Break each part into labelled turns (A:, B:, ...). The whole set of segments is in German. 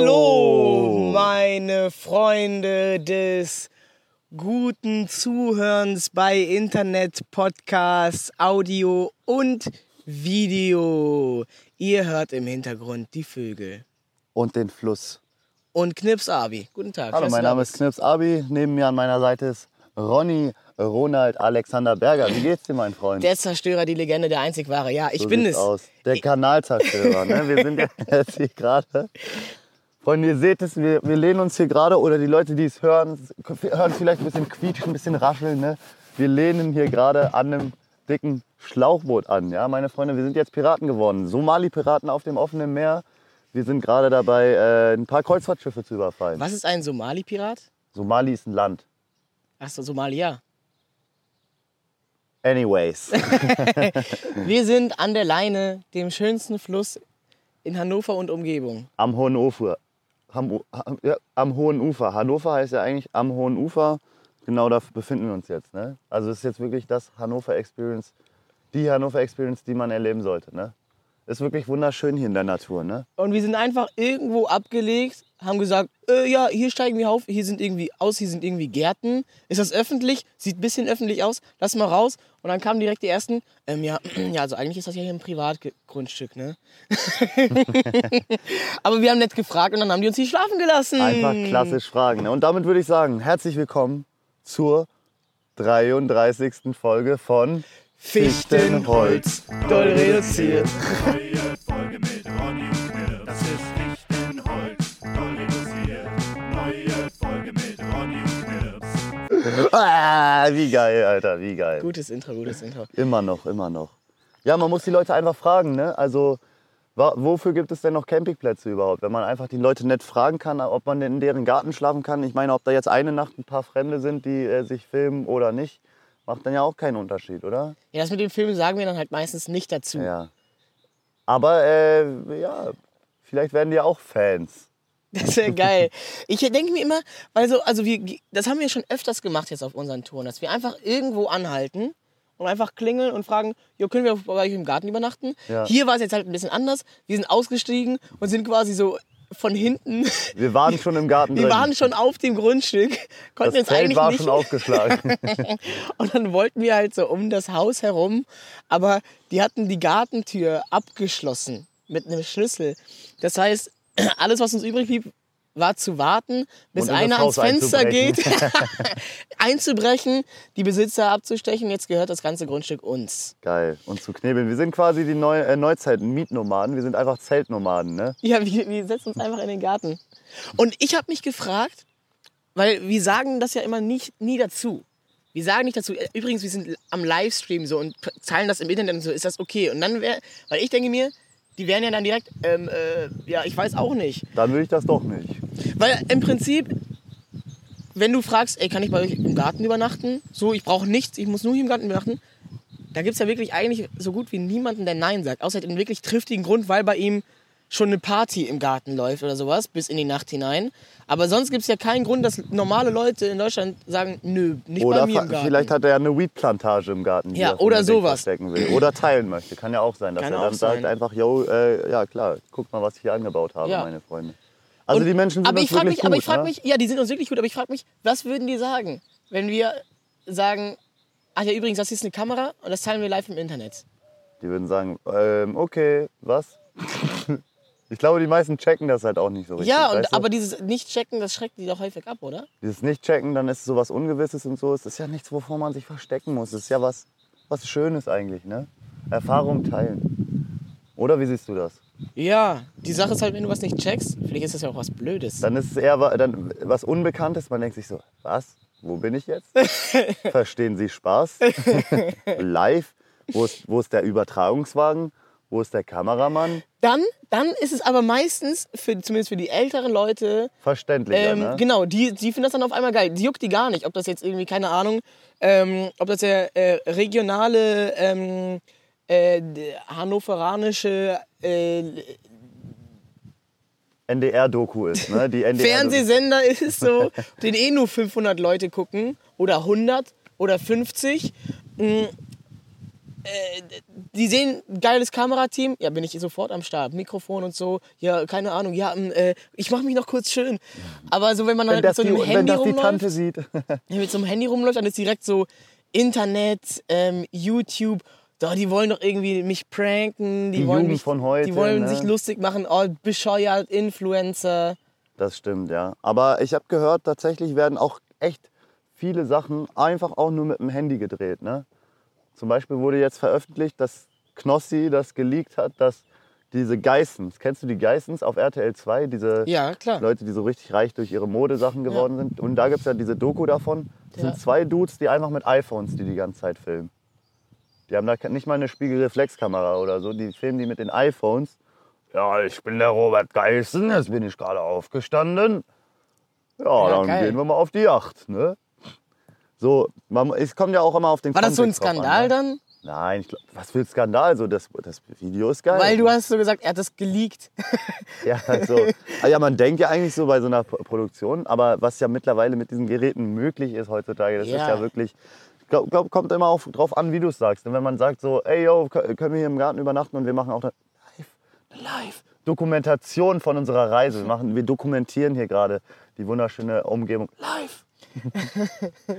A: Hallo, meine Freunde des guten Zuhörens bei Internet, Podcasts, Audio und Video. Ihr hört im Hintergrund die Vögel.
B: Und den Fluss.
A: Und Knips Abi. Guten Tag.
B: Hallo,
A: Schön,
B: mein
A: dass du da
B: Name ist Knips Abi. Neben mir an meiner Seite ist Ronny Ronald Alexander Berger. Wie geht's dir, mein Freund?
A: Der Zerstörer, die Legende, der einzig wahre. Ja, ich
B: So
A: bin
B: sieht's
A: es.
B: Aus. Der Kanalzerstörer. Ne? Wir sind ja jetzt hier gerade. Freunde, ihr seht es, wir, wir lehnen uns hier gerade, oder die Leute, die es hören, hören vielleicht ein bisschen quietschen, ein bisschen rascheln. Ne? Wir lehnen hier gerade an einem dicken Schlauchboot an. Ja, meine Freunde, wir sind jetzt Piraten geworden. Somali-Piraten auf dem offenen Meer. Wir sind gerade dabei, äh, ein paar Kreuzfahrtschiffe zu überfallen.
A: Was ist ein Somali-Pirat?
B: Somali ist ein Land.
A: Achso, Somalia.
B: Anyways.
A: Wir sind an der Leine, dem schönsten Fluss in Hannover und Umgebung.
B: am Hohen Ufer. Am, ja, am Hohen Ufer. Hannover heißt ja eigentlich am Hohen Ufer. Genau da befinden wir uns jetzt. Ne? Also es ist jetzt wirklich das Hannover Experience, die Hannover Experience, die man erleben sollte. Ne? Ist wirklich wunderschön hier in der Natur. Ne?
A: Und wir sind einfach irgendwo abgelegt, haben gesagt, äh, ja, hier steigen wir auf, hier sind irgendwie aus, hier sind irgendwie Gärten. Ist das öffentlich? Sieht ein bisschen öffentlich aus, lass mal raus. Und dann kamen direkt die ersten, ähm, ja, ja, also eigentlich ist das ja hier ein Privatgrundstück, ne? Aber wir haben nett gefragt und dann haben die uns hier schlafen gelassen.
B: Einfach klassisch fragen. Ne? Und damit würde ich sagen, herzlich willkommen zur 33. Folge von
A: Fichtenholz, doll reduziert.
C: Neue Folge mit Ronny und Knirps. Das ist Fichtenholz, doll reduziert. Neue Folge mit Ronny und Knirps.
B: Ah, wie geil, Alter, wie geil.
A: Gutes Intro, gutes Intro.
B: Immer noch, immer noch. Ja, man muss die Leute einfach fragen, ne? Also, wa- wofür gibt es denn noch Campingplätze überhaupt? Wenn man einfach die Leute nett fragen kann, ob man in deren Garten schlafen kann. Ich meine, ob da jetzt eine Nacht ein paar Fremde sind, die äh, sich filmen oder nicht, macht dann ja auch keinen Unterschied, oder?
A: Ja, das mit dem Film sagen wir dann halt meistens nicht dazu.
B: Ja. Aber, äh, ja, vielleicht werden die ja auch Fans.
A: Das wäre geil. Ich denke mir immer, weil so, also wir, das haben wir schon öfters gemacht jetzt auf unseren Touren, dass wir einfach irgendwo anhalten und einfach klingeln und fragen, jo, können wir bei euch im Garten übernachten?
B: Ja.
A: Hier war es jetzt halt ein bisschen anders. Wir sind ausgestiegen und sind quasi so von hinten.
B: Wir waren schon im Garten
A: Wir
B: drin.
A: waren schon auf dem Grundstück, konnten
B: das
A: jetzt
B: Zelt
A: eigentlich
B: war
A: nicht.
B: schon aufgeschlagen.
A: Und dann wollten wir halt so um das Haus herum, aber die hatten die Gartentür abgeschlossen mit einem Schlüssel. Das heißt, alles, was uns übrig blieb, war zu warten, bis
B: Und in
A: einer
B: das
A: ans
B: Haus
A: Fenster geht,
B: einzubrechen.
A: einzubrechen, die Besitzer abzustechen. Jetzt gehört das ganze Grundstück uns.
B: Geil. Und zu knebeln. Wir sind quasi die Neu äh, Neuzeit-Mietnomaden. Wir sind einfach Zeltnomaden, ne?
A: Ja, wir, wir setzen uns einfach in den Garten. Und ich habe mich gefragt, weil wir sagen das ja immer nicht, nie dazu. Wir sagen nicht dazu, übrigens, wir sind am Livestream so und p- zahlen das im Internet und so, ist das okay? Und dann wäre, weil ich denke mir, die wären ja dann direkt, ähm, äh, ja, ich weiß auch nicht.
B: Dann würde ich das doch nicht.
A: Weil im Prinzip, wenn du fragst, ey, kann ich bei euch im Garten übernachten? So, ich brauche nichts, ich muss nur hier im Garten übernachten. Da gibt es ja wirklich eigentlich so gut wie niemanden, der Nein sagt. Außer den wirklich triftigen Grund, weil bei ihm schon eine Party im Garten läuft oder sowas, bis in die Nacht hinein. Aber sonst gibt es ja keinen Grund, dass normale Leute in Deutschland sagen, nö, nicht
B: Oder
A: bei mir
B: fa-
A: im Garten.
B: vielleicht hat er ja eine Weed-Plantage im Garten. die
A: Ja,
B: er
A: oder
B: unbedingt
A: sowas.
B: verstecken Will. Oder teilen möchte. Kann ja auch sein, dass
A: Kann
B: er
A: auch
B: dann sagt
A: sein.
B: einfach, yo, äh, ja klar, guck mal, was ich hier angebaut habe,
A: Ja.
B: meine Freunde. Also die Menschen sind
A: aber
B: uns
A: ich frag
B: wirklich
A: mich, aber
B: gut,
A: ich frage
B: ne?
A: mich, ja, die sind uns wirklich gut, aber ich frage mich, was würden die sagen, wenn wir sagen, ach ja, übrigens, das hier ist eine Kamera und das teilen wir live im Internet.
B: Die würden sagen, ähm, okay, was? ich glaube, die meisten checken das halt auch nicht so richtig.
A: Ja, und,
B: weißt du?
A: aber dieses Nicht-Checken, das schreckt die doch häufig ab, oder?
B: Dieses Nicht-Checken, dann ist es sowas Ungewisses und so. Es ist ja nichts, wovor man sich verstecken muss. Es ist ja was, was Schönes eigentlich, ne? Erfahrung teilen. Oder wie siehst du das?
A: Ja. Die Sache ist halt, wenn du was nicht checkst, vielleicht ist das ja auch was Blödes.
B: dann ist es eher wa- dann was Unbekanntes. Man denkt sich so, was? Wo bin ich jetzt? Verstehen Sie Spaß? Live? Wo ist, wo ist der Übertragungswagen? Wo ist der Kameramann?
A: Dann, dann ist es aber meistens, für, zumindest für die älteren Leute,
B: Verständlicher,
A: ähm,
B: ne?
A: genau, die, die finden das dann auf einmal geil. Die juckt die gar nicht, ob das jetzt irgendwie, keine Ahnung, ähm, ob das der äh, regionale, ähm, äh, d- hannoveranische äh,
B: NDR-Doku ist, ne? Die NDR
A: Fernsehsender ist so, den eh nur 500 Leute gucken oder 100 oder 50. Mm, äh, die sehen geiles Kamerateam, ja, bin ich sofort am Start. Mikrofon und so, ja, keine Ahnung, ja, ähm, äh, ich mach mich noch kurz schön. Aber so, wenn man
B: Wenn
A: halt mit
B: das,
A: so
B: die,
A: einem
B: wenn
A: Handy
B: das die
A: rumläuft,
B: Tante sieht.
A: wenn mit so einem Handy rumläuft, dann ist direkt so Internet, ähm, YouTube. Doch, die wollen doch irgendwie mich pranken. Die,
B: Die
A: wollen
B: Jugend
A: mich,
B: von heute,
A: Die wollen
B: ne?
A: sich lustig machen. Oh, bescheuert, Influencer.
B: Das stimmt, ja. Aber ich habe gehört, tatsächlich werden auch echt viele Sachen einfach auch nur mit dem Handy gedreht. Ne? Zum Beispiel wurde jetzt veröffentlicht, dass Knossi das geleakt hat, dass diese Geissens, kennst du die Geissens auf RTL 2, diese
A: Ja, klar.
B: Leute, die so richtig reich durch ihre Modesachen geworden sind. Und da gibt es ja diese Doku davon. Das
A: Ja.
B: sind zwei Dudes, die einfach mit iPhones, die die ganze Zeit filmen. Die haben da nicht mal eine Spiegelreflexkamera oder so. Die filmen die mit den iPhones. Ja, ich bin der Robert Geissen, jetzt bin ich gerade aufgestanden. Ja,
A: Ja,
B: dann
A: geil.
B: gehen wir mal auf die Yacht, ne? So, man, es kommt ja auch immer auf den
A: War das so ein
B: Kontext drauf an,
A: Skandal
B: ne?
A: dann?
B: Nein, ich glaub, was für ein Skandal? So, das, das Video ist geil.
A: Weil du hast so gesagt, er hat das geleakt.
B: Ja, so. Ah ja, man denkt ja eigentlich so bei so einer P- Produktion, aber was ja mittlerweile mit diesen Geräten möglich ist heutzutage, das ist
A: Ja.
B: ja wirklich. Ich glaub, glaub, kommt immer auf, drauf an, wie du es sagst. Und wenn man sagt so, ey, yo, kö- können wir hier im Garten übernachten und wir machen auch eine live, eine live Dokumentation von unserer Reise. Wir, machen, wir dokumentieren hier gerade die wunderschöne Umgebung. Live!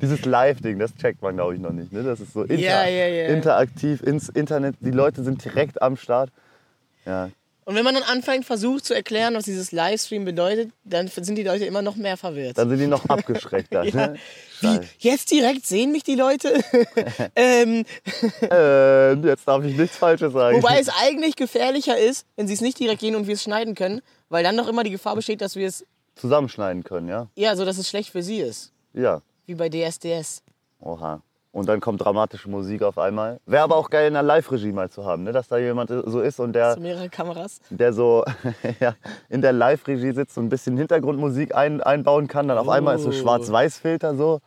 B: Dieses Live-Ding, das checkt man, glaube ich, noch nicht. Ne? Das ist so inter
A: Ja, ja, ja.
B: interaktiv ins Internet. Die Leute sind direkt am Start. Ja,
A: Und wenn man dann anfängt, versucht zu erklären, was dieses Livestream bedeutet, dann sind die Leute immer noch mehr verwirrt.
B: Dann sind die noch abgeschreckter.
A: ja.
B: ne?
A: Wie, jetzt direkt sehen mich die Leute? ähm,
B: äh, jetzt darf ich nichts Falsches sagen.
A: Wobei es eigentlich gefährlicher ist, wenn sie es nicht direkt gehen und wir es schneiden können, weil dann noch immer die Gefahr besteht, dass wir es
B: Zusammenschneiden können, ja?
A: eher so, dass es schlecht für sie ist.
B: Ja.
A: Wie bei DSDS.
B: Oha. Und dann kommt dramatische Musik auf einmal. Wäre aber auch geil, in einer Live-Regie mal zu haben, ne? dass da jemand so ist und der,
A: So mehrere Kameras.
B: der so ja, in der Live-Regie sitzt und ein bisschen Hintergrundmusik ein, einbauen kann. Dann auf einmal ist so
A: Oh.
B: Schwarz-Weiß-Filter so.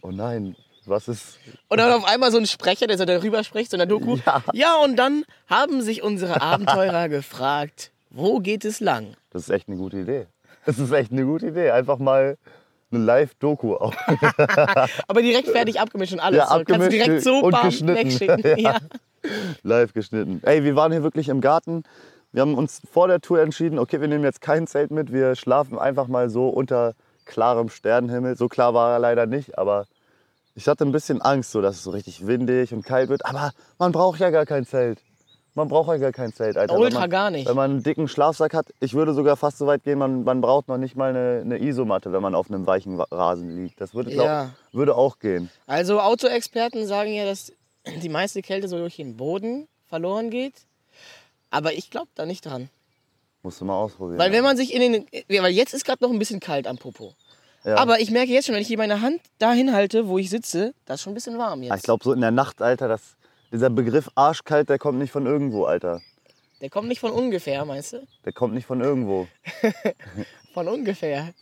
B: Oh nein, was ist.
A: Und dann auf einmal so ein Sprecher, der so darüber spricht, so in der Doku.
B: Ja.
A: ja, und dann haben sich unsere Abenteurer gefragt, wo geht es lang?
B: Das ist echt eine gute Idee. Das ist echt eine gute Idee. Einfach mal eine Live-Doku auf.
A: Aber direkt fertig abgemischt und alles.
B: Ja,
A: so. Kannst du
B: abgemischt
A: direkt so
B: und
A: bam,
B: geschnitten.
A: wegschicken.
B: Ja.
A: Ja.
B: live geschnitten. Ey, wir waren hier wirklich im Garten. Wir haben uns vor der Tour entschieden, okay, wir nehmen jetzt kein Zelt mit, wir schlafen einfach mal so unter klarem Sternenhimmel. So klar war er leider nicht, aber ich hatte ein bisschen Angst, so dass es so richtig windig und kalt wird. Aber man braucht ja gar kein Zelt. Man braucht ja gar kein Zelt, Alter.
A: Ultra
B: Wenn man,
A: gar nicht.
B: Wenn man einen dicken Schlafsack hat, ich würde sogar fast so weit gehen, man, man braucht noch nicht mal eine, eine Isomatte, wenn man auf einem weichen Wa- Rasen liegt. Das würde, glaub,
A: Ja.
B: würde auch gehen.
A: Also Autoexperten sagen ja, dass die meiste Kälte so durch den Boden verloren geht. Aber ich glaube da nicht dran.
B: Musst du mal ausprobieren.
A: Weil wenn man sich in den. ja, Weil jetzt ist gerade noch ein bisschen kalt am Popo.
B: Ja.
A: Aber ich merke jetzt schon, wenn ich hier meine Hand dahin halte, wo ich sitze, das ist schon ein bisschen warm
B: Ah,
A: jetzt.
B: Ich glaube, so in der Nacht, Alter, das, dieser Begriff arschkalt, der kommt nicht von irgendwo, Alter.
A: Der kommt nicht von ungefähr, meinst du?
B: Der kommt nicht von irgendwo.
A: Von ungefähr.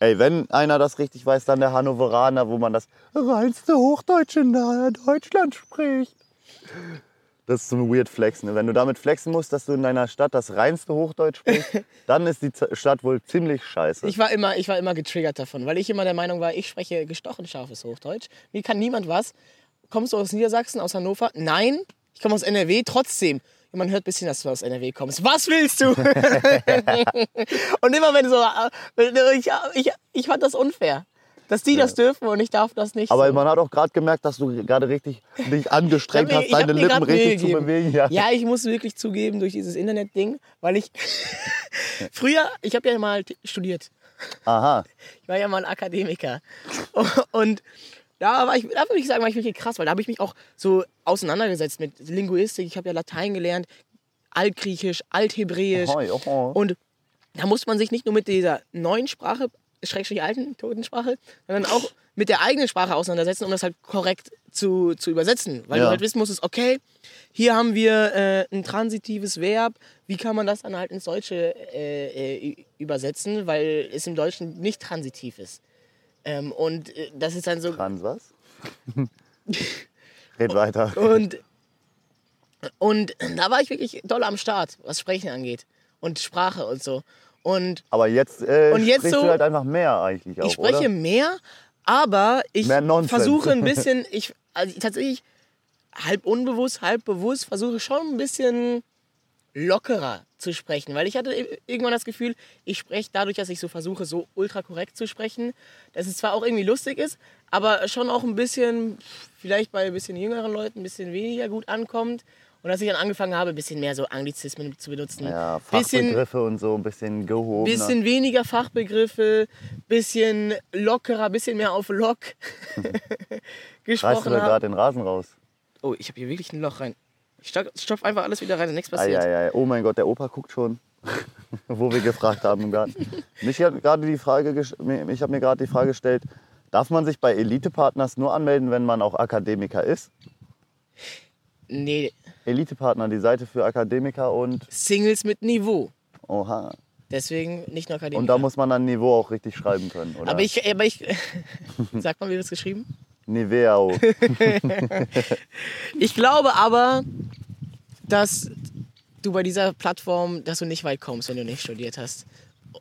B: Ey, wenn einer das richtig weiß, dann der Hannoveraner, wo man das reinste Hochdeutsch in der- Deutschland spricht. Das ist so ein weird Flex, ne? Wenn du damit flexen musst, dass du in deiner Stadt das reinste Hochdeutsch sprichst, dann ist die Z- Stadt wohl ziemlich scheiße.
A: Ich war, immer, ich war immer getriggert davon, weil ich immer der Meinung war, ich spreche gestochen scharfes Hochdeutsch. Mir kann niemand was. Kommst du aus Niedersachsen, aus Hannover? Nein, ich komme aus NRW. Trotzdem, man hört ein bisschen, dass du aus NRW kommst. Was willst du? und immer wenn so, äh, wenn- ich, ich, ich fand das unfair, dass die das dürfen und ich darf das nicht.
B: aber
A: so.
B: man hat auch gerade gemerkt, dass du gerade richtig dich angestrengt
A: Ich hab mir-
B: hast,
A: ich hab
B: deine
A: mir
B: Lippen
A: grad Mühe
B: richtig zu
A: gegeben.
B: bewegen. Ja.
A: Ja, ich muss wirklich zugeben, durch dieses Internet-Ding, weil ich früher, ich habe ja mal t- studiert.
B: Aha.
A: Ich war ja mal ein Akademiker. Und da war ich, da würde ich sagen, war ich wirklich krass, weil da habe ich mich auch so auseinandergesetzt mit Linguistik. Ich habe ja Latein gelernt, Altgriechisch, Althebräisch.
B: Ahoi, ahoi.
A: Und da muss man sich nicht nur mit dieser neuen Sprache, schrägstrich alten, Totensprache, sondern auch mit der eigenen Sprache auseinandersetzen, um das halt korrekt zu, zu übersetzen. Weil
B: Ja.
A: du halt wissen musstest, okay, hier haben wir äh, ein transitives Verb, wie kann man das dann halt ins Deutsche äh, äh, ü- übersetzen, weil es im Deutschen nicht transitiv ist. Ähm, und äh, das ist dann so
B: Trans was? Red weiter.
A: und, und da war ich wirklich doll am Start, was Sprechen angeht. Und Sprache und so. Und
B: Aber jetzt, äh,
A: Und jetzt
B: sprichst
A: so-
B: du halt einfach mehr eigentlich auch,
A: ich spreche
B: oder?
A: mehr, aber ich
B: Mehr Nonsens.
A: versuche ein bisschen, ich also tatsächlich halb unbewusst, halb bewusst versuche ich schon ein bisschen lockerer zu sprechen, weil ich hatte i- irgendwann das Gefühl, ich spreche dadurch, dass ich so versuche, so ultra korrekt zu sprechen, dass es zwar auch irgendwie lustig ist, aber schon auch ein bisschen, vielleicht bei ein bisschen jüngeren Leuten ein bisschen weniger gut ankommt und dass ich dann angefangen habe, ein bisschen mehr so Anglizismen zu benutzen,
B: Ja,
A: bisschen
B: Fachbegriffe und so ein bisschen gehoben.
A: Bisschen weniger Fachbegriffe, bisschen lockerer, bisschen mehr auf Lock
B: Reißt du da
A: gesprochen
B: gerade
A: haben.
B: den Rasen raus?
A: Oh, ich habe hier wirklich ein Loch rein. Ich stock- stopf einfach alles wieder rein, nichts passiert.
B: Eieiei. Oh mein Gott, der Opa guckt schon, wo wir gefragt haben im Garten. Mich hat gerade die Frage, ges- mir- ich habe mir gerade die Frage gestellt, darf man sich bei Elite-Partners nur anmelden, wenn man auch Akademiker ist?
A: Nee,
B: Elite-Partner, die Seite für Akademiker und
A: Singles mit Niveau.
B: oha.
A: Deswegen nicht nur Akademie.
B: Und da muss man dann Niveau auch richtig schreiben können, oder?
A: aber ich, aber ich, sag mal, wie wird es geschrieben?
B: Niveo.
A: Ich glaube aber, dass du bei dieser Plattform, dass du nicht weit kommst, wenn du nicht studiert hast.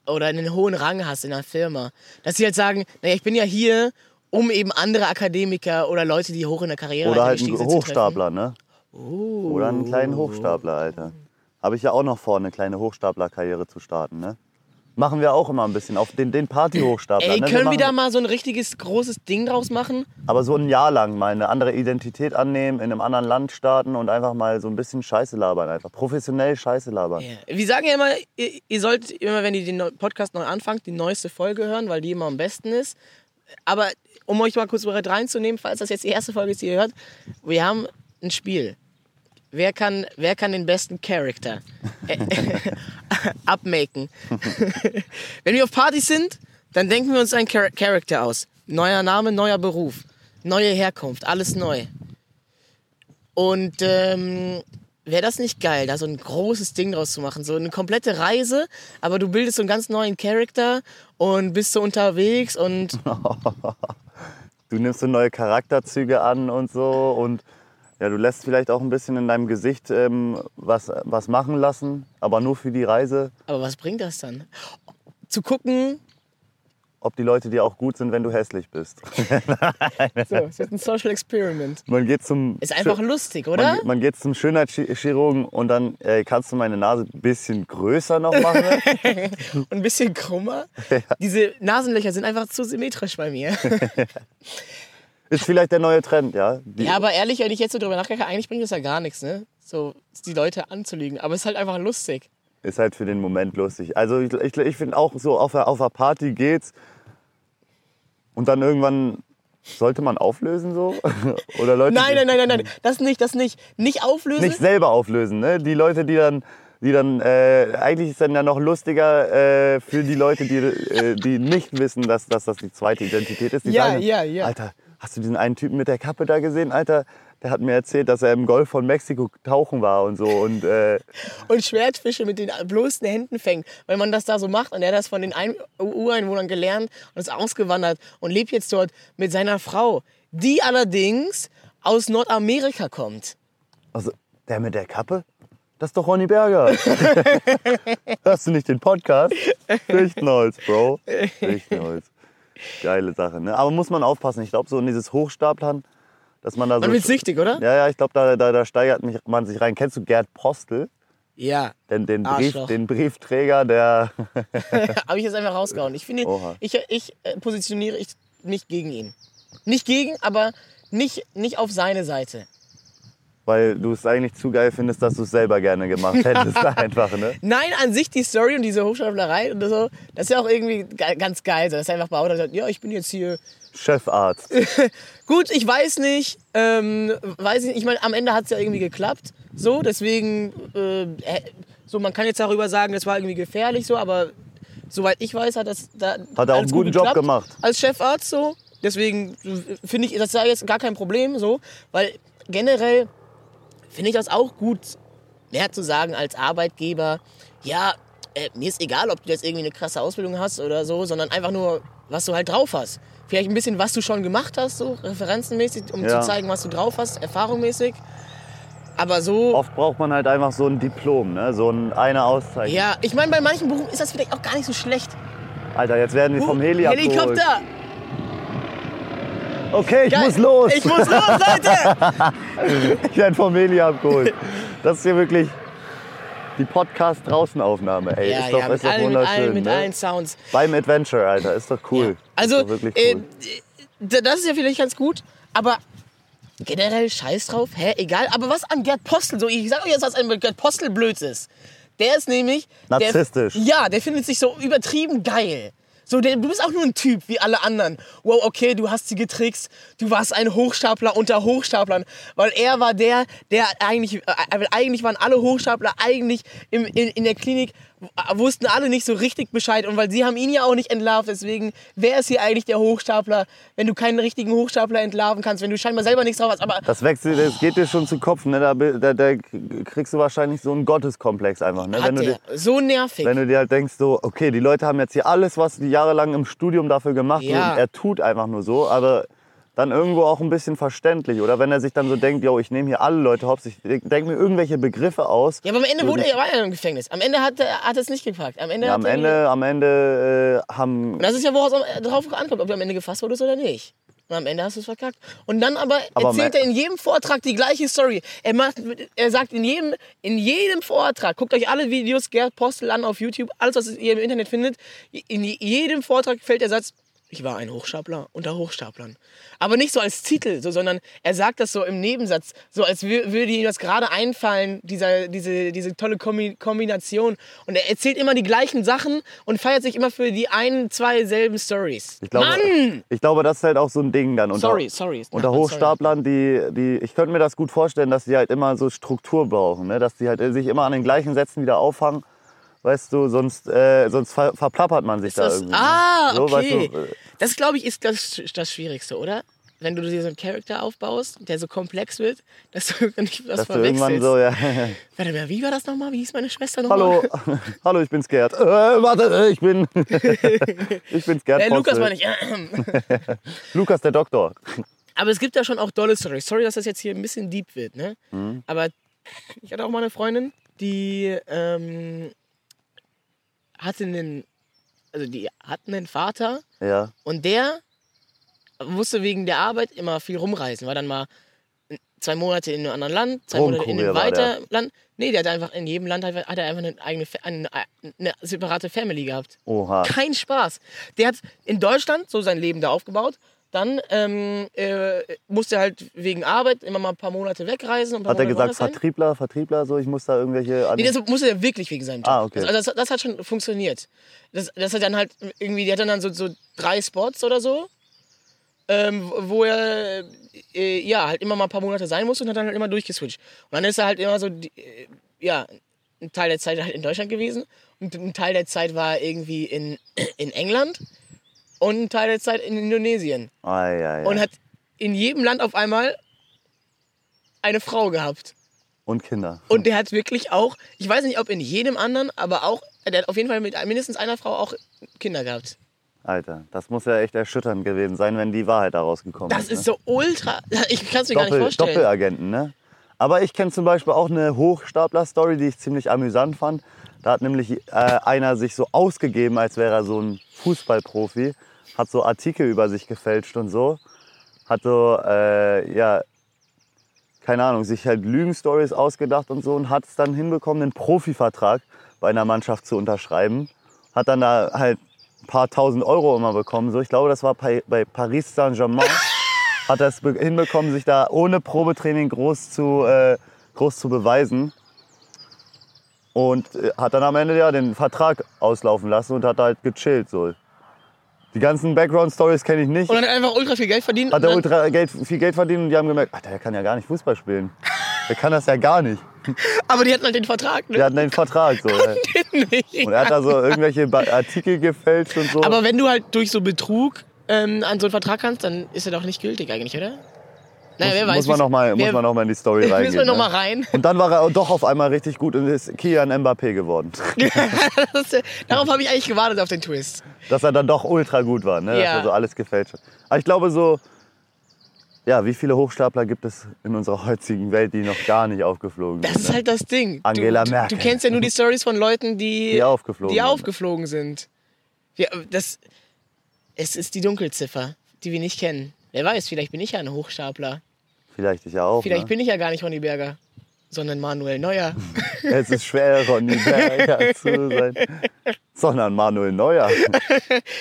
A: Oder einen hohen Rang hast in einer Firma. Dass sie halt sagen, naja, ich bin ja hier, um eben andere Akademiker oder Leute, die hoch in der Karriere
B: Oder halt
A: gestiegen
B: einen
A: sind, zu treffen.
B: Hochstapler, ne?
A: Oh.
B: Oder einen kleinen Hochstapler, Alter. Habe ich ja auch noch vor, eine kleine Hochstapler-Karriere zu starten, ne? Machen wir auch immer ein bisschen auf den, den Party-Hochstapler.
A: Ey,
B: ne?
A: können wir
B: machen-
A: da mal so ein richtiges großes Ding draus machen?
B: Aber so ein Jahr lang mal eine andere Identität annehmen, in einem anderen Land starten und einfach mal so ein bisschen Scheiße labern, einfach professionell Scheiße labern.
A: Ja. Wir sagen ja immer, ihr, ihr solltet immer, wenn ihr den neu- Podcast neu anfangt, die neueste Folge hören, weil die immer am besten ist. Aber um euch mal kurz bereit reinzunehmen, falls das jetzt die erste Folge ist, die ihr hört, wir haben ein Spiel. Wer kann, wer kann den besten Charakter äh, abmaken? wenn wir auf Partys sind, dann denken wir uns einen Char Charakter aus. Neuer Name, neuer Beruf, neue Herkunft, alles neu. Und ähm, wäre das nicht geil, da so ein großes Ding draus zu machen? So eine komplette Reise, aber du bildest so einen ganz neuen Charakter und bist so unterwegs und
B: Du nimmst so neue Charakterzüge an und so und ja, du lässt vielleicht auch ein bisschen in deinem Gesicht ähm, was, was machen lassen, aber nur für die Reise,
A: Aber was bringt das dann? Zu gucken.
B: ob die Leute dir auch gut sind, wenn du hässlich bist.
A: So, es wird ein Social Experiment.
B: Man geht zum
A: Ist einfach
B: Schö-
A: lustig,
B: man,
A: oder?
B: man geht zum Schönheitschirurgen und dann äh, kannst du meine Nase ein bisschen größer noch machen.
A: Und ein bisschen krummer. Diese Nasenlöcher sind einfach zu symmetrisch bei mir.
B: Ist vielleicht der neue Trend, ja? Die,
A: Ja, aber ehrlich, wenn ich jetzt so drüber nachdenke, eigentlich bringt das ja gar nichts, ne? So, die Leute anzulügen. Aber es ist halt einfach lustig.
B: Ist halt für den Moment lustig. Also ich, ich, ich finde auch so, auf einer auf der Party geht's und dann irgendwann sollte man auflösen so? Oder Leute,
A: Nein, nein, nein, nein, nein. Das nicht, das nicht. Nicht auflösen.
B: Nicht selber auflösen, ne? Die Leute, die dann, die dann äh, eigentlich ist dann ja noch lustiger äh, für die Leute, die, äh, die nicht wissen, dass, dass das die zweite Identität ist. Die
A: Ja,
B: sagen dann,
A: ja, ja.
B: Alter, hast du diesen einen Typen mit der Kappe da gesehen, Alter? Der hat mir erzählt, dass er im Golf von Mexiko tauchen war und so und äh,
A: und Schwertfische mit den bloßen Händen fängt, weil man das da so macht und er hat das von den Ein Ureinwohnern gelernt und ist ausgewandert und lebt jetzt dort mit seiner Frau, die allerdings aus Nordamerika kommt.
B: Also, der mit der Kappe? Das ist doch Ronny Berger. Hörst du nicht den Podcast? Fichtenholz, Bro. Fichtenholz. Geile Sache, ne? Aber muss man aufpassen. Ich glaube, so in dieses Hochstaplern, dass man da so.
A: Man wird süchtig, oder?
B: Ja, ja, ich glaube, da, da, da steigert mich, man sich rein. Kennst du Gerd Postel?
A: Ja.
B: Den, den, Brief,
A: Arschloch.
B: den Briefträger, der.
A: Habe ich jetzt einfach rausgehauen. Ich finde,
B: Oha.
A: ich, ich äh, positioniere ich mich gegen ihn. Nicht gegen, aber nicht, nicht auf seine Seite.
B: Weil du es eigentlich zu geil findest, dass du es selber gerne gemacht hättest. Einfach, ne?
A: Nein, an sich die Story und diese Hochstaplerei und so, das ist ja auch irgendwie ge- ganz geil, so, dass er einfach behauptet hat, ja, ich bin jetzt hier
B: Chefarzt.
A: Gut, ich weiß nicht. Ähm, weiß ich nicht. Ich meine, am Ende hat es ja irgendwie geklappt. So, deswegen, äh, äh, so, man kann jetzt darüber sagen, das war irgendwie gefährlich, so, aber soweit ich weiß, hat das da.
B: Hat er auch einen
A: alles
B: guten
A: gut
B: Job
A: geklappt
B: gemacht.
A: Als Chefarzt, so. Deswegen äh, finde ich, das sei jetzt gar kein Problem, so, weil generell finde ich das auch gut, mehr zu sagen als Arbeitgeber, ja, äh, mir ist egal, ob du jetzt irgendwie eine krasse Ausbildung hast oder so, sondern einfach nur, was du halt drauf hast. Vielleicht ein bisschen, was du schon gemacht hast, so referenzenmäßig, um
B: Ja.
A: zu zeigen, was du drauf hast, erfahrungsmäßig. Aber so,
B: Oft braucht man halt einfach so ein Diplom, ne? So ein, eine Auszeichnung.
A: ja, ich meine, bei manchen Berufen ist das vielleicht auch gar nicht so schlecht. Uh,
B: Alter, jetzt werden wir vom Heli
A: Helikopter!
B: abgeholt. Okay, ich
A: Geil.
B: muss los.
A: Ich muss los, Leute!
B: Ich werde vom Meli abgeholt. Das ist hier wirklich die Podcast-Draußenaufnahme. Ey,
A: ja,
B: ist doch,
A: ja, mit
B: ist doch
A: allen, mit
B: wunderschön.
A: allen, mit
B: ne?
A: allen Sounds.
B: Beim Adventure, Alter. Ist doch cool.
A: Also,
B: ist doch wirklich
A: äh,
B: cool.
A: d- das ist ja vielleicht ganz gut, aber generell scheiß drauf, hä, egal. Aber was an Gerd Postel, so, ich sag euch jetzt, was an Gerd Postel blöd ist. Der ist nämlich...
B: Narzisstisch.
A: Der, ja, der findet sich so übertrieben geil. So, der, du bist auch nur ein Typ wie alle anderen. Wow, okay, du hast sie getrickst. Du warst ein Hochstapler unter Hochstaplern. Weil er war der, der eigentlich, äh, weil eigentlich waren alle Hochstapler eigentlich im, in, in der Klinik, w- wussten alle nicht so richtig Bescheid. Und weil sie haben ihn ja auch nicht entlarvt, deswegen, wer ist hier eigentlich der Hochstapler, wenn du keinen richtigen Hochstapler entlarven kannst, wenn du scheinbar selber nichts drauf hast. Aber
B: das wächst, dir- das geht dir schon zu Kopf. Ne? Da, bi- da, da kriegst du wahrscheinlich so einen Gotteskomplex einfach. Ne?
A: hat
B: Wenn, du dir,
A: der, so nervig.
B: wenn du dir halt denkst, so, okay, die Leute haben jetzt hier alles, was die jahrelang im Studium dafür gemacht
A: Ja.
B: haben. Er tut einfach nur so, aber dann irgendwo auch ein bisschen verständlich. Oder wenn er sich dann so denkt, yo, ich nehme hier alle Leute hops, ich denke mir irgendwelche Begriffe aus.
A: ja, aber am Ende wurde er, war er im Gefängnis. Am Ende hat er, hat er es nicht gepackt. Am Ende
B: Ja,
A: hat
B: am
A: er
B: Ende, am Ende äh, haben.
A: Und das ist ja, woraus am- drauf ankommt, ob du am Ende gefasst wurdest oder nicht. Und am Ende hast du es verkackt. Und dann aber,
B: Aber
A: erzählt
B: me-
A: er in jedem Vortrag die gleiche Story. Er, macht, er sagt in jedem, in jedem Vortrag, guckt euch alle Videos Gerd Postel an auf YouTube, alles, was ihr im Internet findet, in je- jedem Vortrag fällt der Satz, ich war ein Hochstapler unter Hochstaplern. Aber nicht so als Titel, so, sondern er sagt das so im Nebensatz, so als wür- würde ihm das gerade einfallen, dieser, diese, diese tolle Kombi Kombination. Und er erzählt immer die gleichen Sachen und feiert sich immer für die ein, zwei selben Stories.
B: Ich glaube,
A: Mann!
B: ich glaube, das ist halt auch so ein Ding dann. Unter,
A: Sorry, sorry.
B: Unter
A: Nein,
B: Hochstaplern, die, die, ich könnte mir das gut vorstellen, dass die halt immer so Struktur brauchen, ne? dass die halt sich immer an den gleichen Sätzen wieder auffangen. Weißt du, sonst, äh, sonst ver verplappert man sich da
A: Das,
B: irgendwie. ne?
A: ah,
B: So, weißt
A: okay.
B: du, äh,
A: das, glaube ich, ist das, das Schwierigste, oder? Wenn du dir so einen Charakter aufbaust, der so komplex wird, dass du nicht was
B: dass du irgendwann
A: verwechselst.
B: so, ja.
A: Warte mal, wie war das nochmal? Wie hieß meine Schwester nochmal?
B: Hallo, hallo, ich bin's Gerd. Äh, warte, äh, ich bin. ich bin's Gerd.
A: Äh, Lukas
B: Postel.
A: meine ich.
B: Lukas, der Doktor.
A: Aber es gibt ja schon auch dolle Stories. Sorry, dass das jetzt hier ein bisschen deep wird, ne?
B: Mhm.
A: Aber ich hatte auch mal eine Freundin, die ähm, hatte einen, also die hatten einen Vater,
B: Ja.
A: Und der musste wegen der Arbeit immer viel rumreisen. War dann mal zwei Monate in einem anderen Land, zwei Monate in einem
B: Rumkurier war
A: weiter Land. Nee, der hat einfach in jedem Land einfach- hat er einfach eine eigene, Fa- eine, eine separate Family gehabt.
B: Oha.
A: Kein Spaß. Der hat in Deutschland so sein Leben da aufgebaut. Dann ähm, äh, musste er halt wegen Arbeit immer mal ein paar Monate wegreisen. Und ein paar
B: Hat er
A: Monate
B: gesagt,
A: woanders sein.
B: Vertriebler, Vertriebler, so, ich muss da irgendwelche. An
A: Nee, das musste er wirklich wegen seinem Job.
B: Ah, okay.
A: Also das, das hat schon funktioniert. Das, das hat dann halt irgendwie, die hat dann so, so drei Spots oder so, ähm, wo er äh, ja halt immer mal ein paar Monate sein musste und hat dann halt immer durchgeswitcht. Und dann ist er halt immer so, die, äh, ja, ein Teil der Zeit halt in Deutschland gewesen und ein Teil der Zeit war er irgendwie in, in England und ein Teil der Zeit in Indonesien.
B: Ei, ei, ei.
A: Und hat in jedem Land auf einmal eine Frau gehabt.
B: Und Kinder.
A: Und der hat wirklich auch, ich weiß nicht, ob in jedem anderen, aber auch, der hat auf jeden Fall mit mindestens einer Frau auch Kinder gehabt.
B: Alter, das muss ja echt erschütternd gewesen sein, wenn die Wahrheit daraus gekommen
A: Das
B: ne?
A: ist so ultra, ich kann es mir gar
B: Doppel,
A: nicht vorstellen.
B: Doppelagenten, ne? Aber ich kenne zum Beispiel auch eine Hochstapler-Story, die ich ziemlich amüsant fand. Da hat nämlich äh, einer sich so ausgegeben, als wäre er so ein Fußballprofi, hat so Artikel über sich gefälscht und so, hat so, äh, ja, keine Ahnung, sich halt Lügen-Stories ausgedacht und so und hat es dann hinbekommen, einen Profivertrag bei einer Mannschaft zu unterschreiben. Hat dann da halt ein paar tausend Euro immer bekommen. So, ich glaube, das war bei, bei Paris Saint-Germain. hat das be- hinbekommen, sich da ohne Probetraining groß zu, äh, groß zu beweisen. Und äh, hat dann am Ende ja den Vertrag auslaufen lassen und hat halt gechillt. So. Die ganzen Background-Stories kenne ich nicht.
A: Und dann hat er einfach ultra viel Geld verdient.
B: Hat
A: und
B: er
A: dann,
B: ultra Geld, viel Geld verdient und die haben gemerkt, Alter, der kann ja gar nicht Fußball spielen. Der kann das ja gar nicht.
A: aber die hatten halt den Vertrag,
B: Der
A: ne?
B: hat einen Vertrag. So. Und
A: Nee.
B: er hat da so irgendwelche Ba- Artikel gefälscht und so.
A: Aber wenn du halt durch so Betrug ähm, an so einen Vertrag kannst, dann ist er doch nicht gültig eigentlich, oder? Naja, wer weiß.
B: muss, man
A: wie's-
B: noch mal, muss
A: wer-
B: man noch mal in die Story
A: Müssen wir
B: reingehen.
A: noch
B: ne?
A: mal rein.
B: Und dann war er doch auf einmal richtig gut und ist Kian Mbappé geworden.
A: Das ist, ja- darauf habe ich eigentlich gewartet, auf den Twist.
B: dass er dann doch ultra gut war, ne?
A: Ja.
B: dass er so alles gefälscht hat. Aber ich glaube so, ja, wie viele Hochstapler gibt es in unserer heutigen Welt, die noch gar nicht aufgeflogen
A: Das
B: sind? ne?
A: ist halt das Ding. Du-
B: Angela
A: du,
B: Merkel.
A: Du kennst ja nur die Stories von Leuten, die,
B: Die aufgeflogen
A: die
B: sind.
A: aufgeflogen sind. Ja, das, es ist die Dunkelziffer, die wir nicht kennen. Wer weiß, vielleicht bin ich ja ein Hochstapler.
B: Vielleicht ich ja auch.
A: halt- Vielleicht
B: ne?
A: bin ich ja gar nicht Ronny Berger, sondern Manuel Neuer.
B: Es ist schwer, Ronny Berger zu sein. Sondern Manuel Neuer.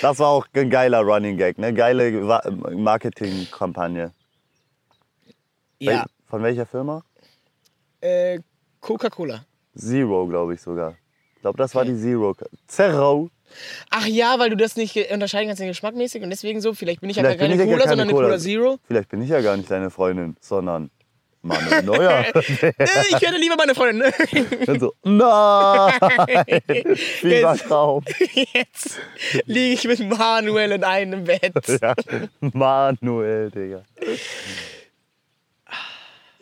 B: Das war auch ein geiler Running Gag, ne? Geile Wa- Marketingkampagne.
A: Ja.
B: Wel- Von welcher Firma?
A: Äh, Coca-Cola.
B: Zero, glaube ich sogar. Ich glaube, das war die Zero. Zero.
A: Ach ja, weil du das nicht ge- unterscheiden kannst, den geschmackmäßig und deswegen so. Vielleicht bin ich ja
B: Vielleicht
A: gar
B: bin
A: keine
B: ich ja
A: Cola,
B: gar keine
A: sondern eine Cola,
B: Cola.
A: Zero.
B: Vielleicht bin ich ja gar nicht deine Freundin, sondern Manuel Neuer.
A: Äh, ich werde lieber meine Freundin.
B: Dann so, nein, Fiebertraum.
A: Jetzt liege ich mit Manuel in einem Bett.
B: Ja, Manuel, Digga.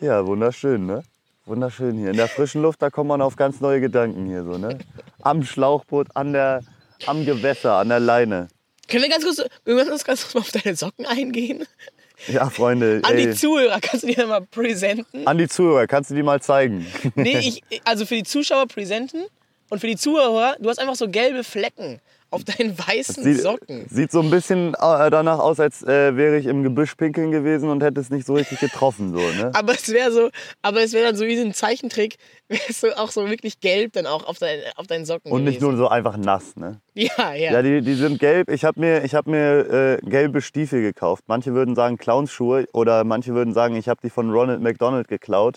B: Ja, wunderschön, ne? Wunderschön hier. In der frischen Luft, da kommt man auf ganz neue Gedanken hier so, ne? Am Schlauchboot, an der, am Gewässer, an der Leine.
A: Können wir ganz kurz, wir müssen uns ganz kurz mal auf deine Socken eingehen?
B: Ja, Freunde,
A: An die
B: ey.
A: Zuhörer, kannst du die mal präsenten?
B: An die Zuhörer, kannst du die mal zeigen?
A: Nee, ich, also für die Zuschauer präsenten und für die Zuhörer, du hast einfach so gelbe Flecken auf deinen weißen
B: Sieht,
A: Socken.
B: sieht so ein bisschen äh, danach aus, als äh, wäre ich im Gebüsch pinkeln gewesen und hätte es nicht so richtig getroffen, so, ne?
A: Aber es wäre so, aber es wäre dann so wie so ein Zeichentrick, wäre es so auch so wirklich gelb dann auch auf, dein, auf deinen Socken.
B: Und nicht
A: gewesen.
B: nur so einfach nass, ne?
A: Ja, ja.
B: Ja, die, die sind gelb. Ich habe mir, ich hab mir äh, gelbe Stiefel gekauft. Manche würden sagen Clownsschuhe oder manche würden sagen, ich habe die von Ronald McDonald geklaut.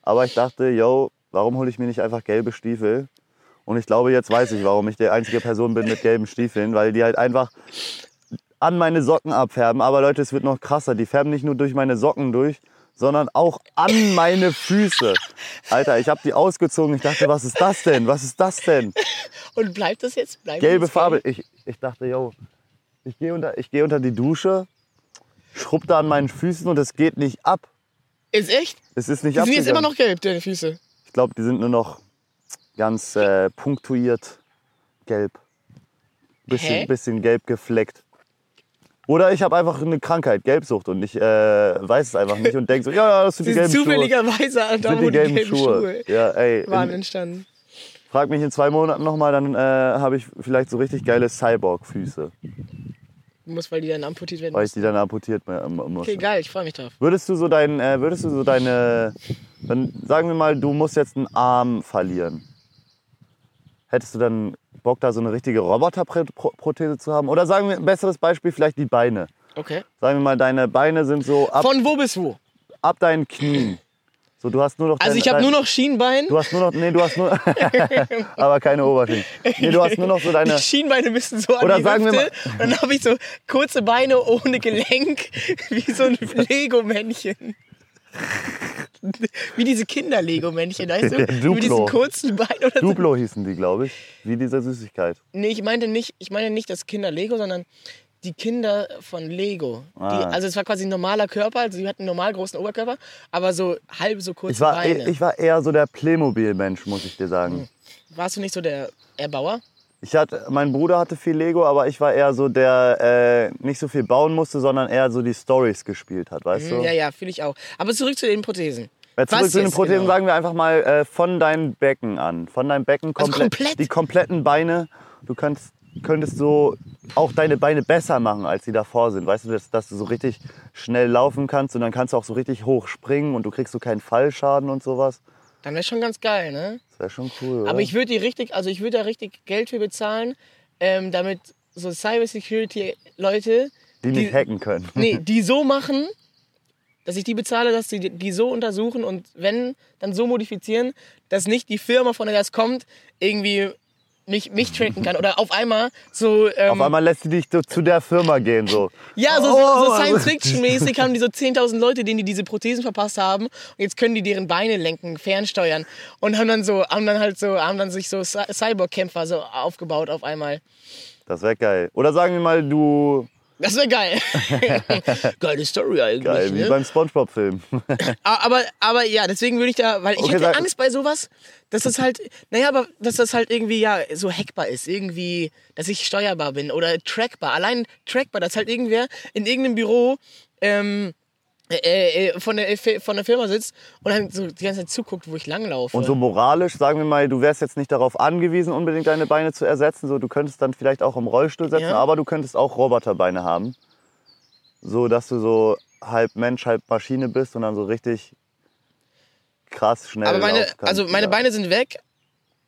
B: Aber ich dachte, yo, warum hole ich mir nicht einfach gelbe Stiefel? Und ich glaube, jetzt weiß ich, warum ich die einzige Person bin mit gelben Stiefeln, weil die halt einfach an meine Socken abfärben. Aber Leute, es wird noch krasser. Die färben nicht nur durch meine Socken durch, sondern auch an meine Füße. Alter, ich habe die ausgezogen. Ich dachte, was ist das denn? Was ist das denn?
A: Und bleibt das jetzt? Bleibt
B: Gelbe
A: das
B: Farbe.
A: gelb?
B: Ich, ich dachte, yo, ich gehe unter, ich geh unter die Dusche, schrubb da an meinen Füßen und es geht nicht ab.
A: Ist echt?
B: Es ist nicht
A: Die sind jetzt immer
B: abgegangen.
A: noch gelb, deine Füße.
B: Ich glaube, die sind nur noch ganz äh, punktuiert gelb.
A: Hä?
B: Bisschen, bisschen gelb gefleckt. Oder ich habe einfach eine Krankheit, Gelbsucht und ich äh, weiß es einfach nicht und denke so, ja, ja, das sind
A: Sie
B: die
A: sind
B: gelben Schuhe.
A: zufälligerweise an
B: Das
A: da,
B: sind
A: wo
B: die gelben, Schuhe. Hm.
A: Schuhe
B: Ja, ey,
A: waren
B: in,
A: entstanden.
B: frag mich in zwei Monaten nochmal, dann äh, habe ich vielleicht so richtig geile Cyborg-Füße.
A: Muss, weil die dann amputiert werden.
B: weil
A: müssen.
B: ich die dann amputiert mu- mu- muss.
A: Okay, geil, ich freue mich drauf.
B: Würdest du so dein, äh, würdest du so deine, dann sagen wir mal, du musst jetzt einen Arm verlieren. Hättest du dann Bock, da so eine richtige Roboterprothese zu haben? Oder sagen wir, ein besseres Beispiel, vielleicht die Beine.
A: Okay.
B: Sagen wir mal, deine Beine sind so ab,
A: Von wo bis wo?
B: ab deinen Knien. So, du hast nur noch
A: Also
B: dein-
A: ich habe
B: dein-
A: nur noch Schienbein.
B: Du hast nur noch, nee, du hast nur, aber keine Oberschenkel. Nee, du hast nur noch so deine,
A: Die Schienbeine müssen so an
B: Oder
A: die
B: sagen wir
A: Hüfte. Und dann habe ich so kurze Beine ohne Gelenk, wie so ein Lego-Männchen. Wie diese Kinder-Lego-Männchen, weißt du?
B: Duplo.
A: Mit diesen kurzen Beinen oder so.
B: Duplo hießen die, glaube ich, wie diese Süßigkeit.
A: Nee, ich meinte nicht, ich meine nicht das Kinder-Lego, sondern die Kinder von Lego. Die,
B: Ah.
A: also es war quasi ein normaler Körper, also die hatten einen normal großen Oberkörper, aber so halb so kurze
B: Ich war, e-,
A: Beine.
B: ich war eher so der Playmobil-Mensch, muss ich dir sagen.
A: Warst du nicht so der Erbauer?
B: Ich hatte, mein Bruder hatte viel Lego, aber ich war eher so der, äh, nicht so viel bauen musste, sondern eher so die Stories gespielt hat, weißt du?
A: Mhm, Ja, ja, fühle ich auch. Aber zurück zu den Prothesen.
B: Ja, zurück
A: Was
B: zu den
A: jetzt
B: Prothesen
A: genau?
B: sagen wir einfach mal äh, von deinem Becken an. Von deinem Becken
A: Also
B: komple
A: komplett?
B: Die kompletten Beine. Du kannst, könntest so auch deine Beine besser machen, als die davor sind. Weißt du, dass, dass du so richtig schnell laufen kannst und dann kannst du auch so richtig hoch springen und du kriegst so keinen Fallschaden und sowas.
A: Dann wäre schon ganz geil, ne?
B: Das wäre schon cool. Oder?
A: Aber ich würde die richtig, also ich würde da richtig Geld für bezahlen, ähm, damit so Cybersecurity-Leute,
B: die nicht
A: die-
B: hacken können.
A: nee, die so machen, dass ich die bezahle, dass die die so untersuchen und wenn, dann so modifizieren, dass nicht die Firma, von der das kommt, irgendwie mich, mich tracken kann oder auf einmal so. Ähm,
B: Auf einmal lässt du dich so zu der Firma gehen. So.
A: Ja, so,
B: Oh,
A: so
B: also-
A: Science-Fiction-mäßig haben die so 10.000 Leute, denen die diese Prothesen verpasst haben. Und jetzt können die deren Beine lenken, fernsteuern. Und haben dann so, haben dann halt so, haben dann sich so Cy- Cyborg-Kämpfer so aufgebaut auf einmal.
B: Das wäre geil. Oder sagen wir mal, du
A: Das wäre geil. Geile Story eigentlich.
B: Geil, wie
A: ne?
B: beim Spongebob-Film.
A: A- Aber, aber ja, deswegen würde ich da, weil ich
B: Okay,
A: hätte
B: sag-
A: Angst bei sowas, dass das halt, naja, aber dass das halt irgendwie ja so hackbar ist. Irgendwie, dass ich steuerbar bin oder trackbar. Allein trackbar, dass halt irgendwer in irgendeinem Büro ähm, äh, äh, von, der, von der Firma sitzt und dann so die ganze Zeit zuguckt, wo ich langlaufe.
B: Und so moralisch, sagen wir mal, du wärst jetzt nicht darauf angewiesen, unbedingt deine Beine zu ersetzen. So, du könntest dann vielleicht auch im Rollstuhl setzen,
A: Ja.
B: aber du könntest auch Roboterbeine haben. so, dass du so halb Mensch, halb Maschine bist und dann so richtig krass schnell
A: Aber meine,
B: laufen kannst,
A: also meine
B: ja.
A: Beine sind weg.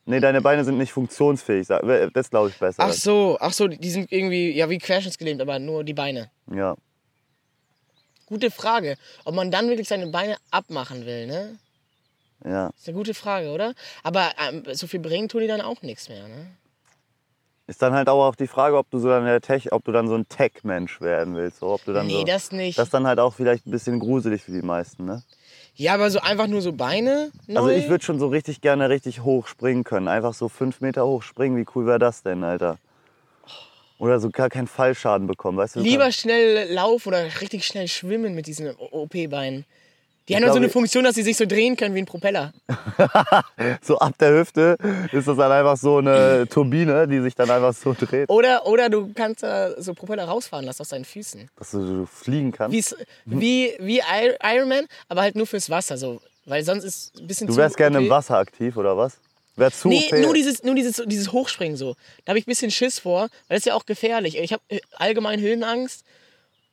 B: Nee, deine Beine sind nicht funktionsfähig. sag- Das glaube ich besser.
A: Ach so, ach so, die sind irgendwie, ja, wie querschnittsgelähmt, aber nur die Beine.
B: Ja.
A: Gute Frage, ob man dann wirklich seine Beine abmachen will, ne?
B: Ja.
A: Ist eine gute Frage, oder? Aber ähm, so viel bringen tun die dann auch nichts mehr, ne?
B: Ist dann halt aber auch die Frage, ob du so dann der Tech, ob du dann so ein Tech-Mensch werden willst. So, ob du dann
A: nee,
B: so,
A: das nicht.
B: das ist dann halt auch vielleicht ein bisschen gruselig für die meisten, ne?
A: ja, aber so einfach nur so Beine neu.
B: Also ich würde schon so richtig gerne richtig hoch springen können. Einfach so fünf Meter hoch springen. Wie cool wäre das denn, Alter? Oder so gar keinen Fallschaden bekommen, weißt du? du
A: lieber
B: kannst-
A: schnell laufen oder richtig schnell schwimmen mit diesen OP-Beinen. Die haben
B: Ich
A: doch so
B: glaube,
A: eine
B: ich-
A: Funktion, dass sie sich so drehen können wie ein Propeller.
B: so ab der Hüfte ist das dann einfach so eine Turbine, die sich dann einfach so dreht,
A: Oder, oder du kannst da so Propeller rausfahren lassen aus deinen Füßen.
B: dass du so fliegen kannst.
A: Wie's,
B: Mhm.
A: wie, wie Ir- Iron Man, aber halt nur fürs Wasser. So. Weil sonst ist ein bisschen
B: Du
A: zu.
B: wärst gerne
A: OP.
B: im Wasser aktiv, oder was? Wär zu
A: Nee,
B: OP.
A: nur dieses, nur dieses, dieses Hochspringen so. Da habe ich ein bisschen Schiss vor, weil das ist ja auch gefährlich. Ich habe allgemein Höhenangst.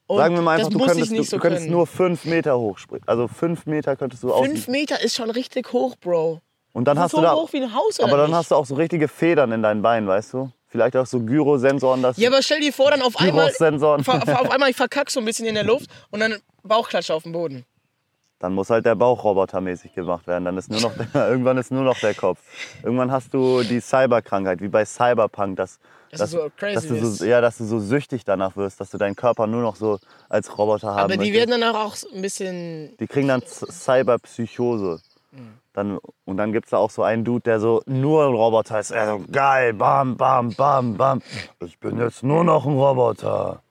A: Und
B: Sagen wir mal einfach,
A: das
B: du
A: muss ich
B: könntest,
A: nicht
B: du,
A: so
B: du könntest
A: können.
B: nur fünf Meter hochspringen. Also fünf Meter könntest du aus.
A: Fünf Meter ist schon richtig hoch, Bro.
B: Und dann
A: Das ist
B: hast
A: so
B: du da.
A: hoch wie ein Haus, oder
B: Aber dann
A: nicht?
B: hast du auch so richtige Federn in deinen Beinen, weißt du? Vielleicht auch so Gyrosensoren, dass
A: Ja, aber stell dir vor, dann auf einmal,
B: Gyros-Sensoren.
A: ver- ver- auf einmal ich verkack so ein bisschen in der Luft und dann Bauchklatsche auf dem Boden.
B: Dann muss halt der Bauch robotermäßig gemacht werden. Dann ist nur noch der, irgendwann ist nur noch der Kopf. Irgendwann hast du die Cyberkrankheit, wie bei Cyberpunk, dass,
A: Dass du so crazy
B: dass du
A: bist.
B: so, ja, dass du so süchtig danach wirst, dass du deinen Körper nur noch so als Roboter haben
A: Aber die
B: möchtest.
A: werden dann auch so ein bisschen.
B: Die kriegen dann Z- Cyberpsychose.
A: Mhm.
B: Dann, und dann gibt's da auch so einen Dude, der so nur ein Roboter ist. Er so, geil, bam, bam, bam, bam. Ich bin jetzt nur noch ein Roboter.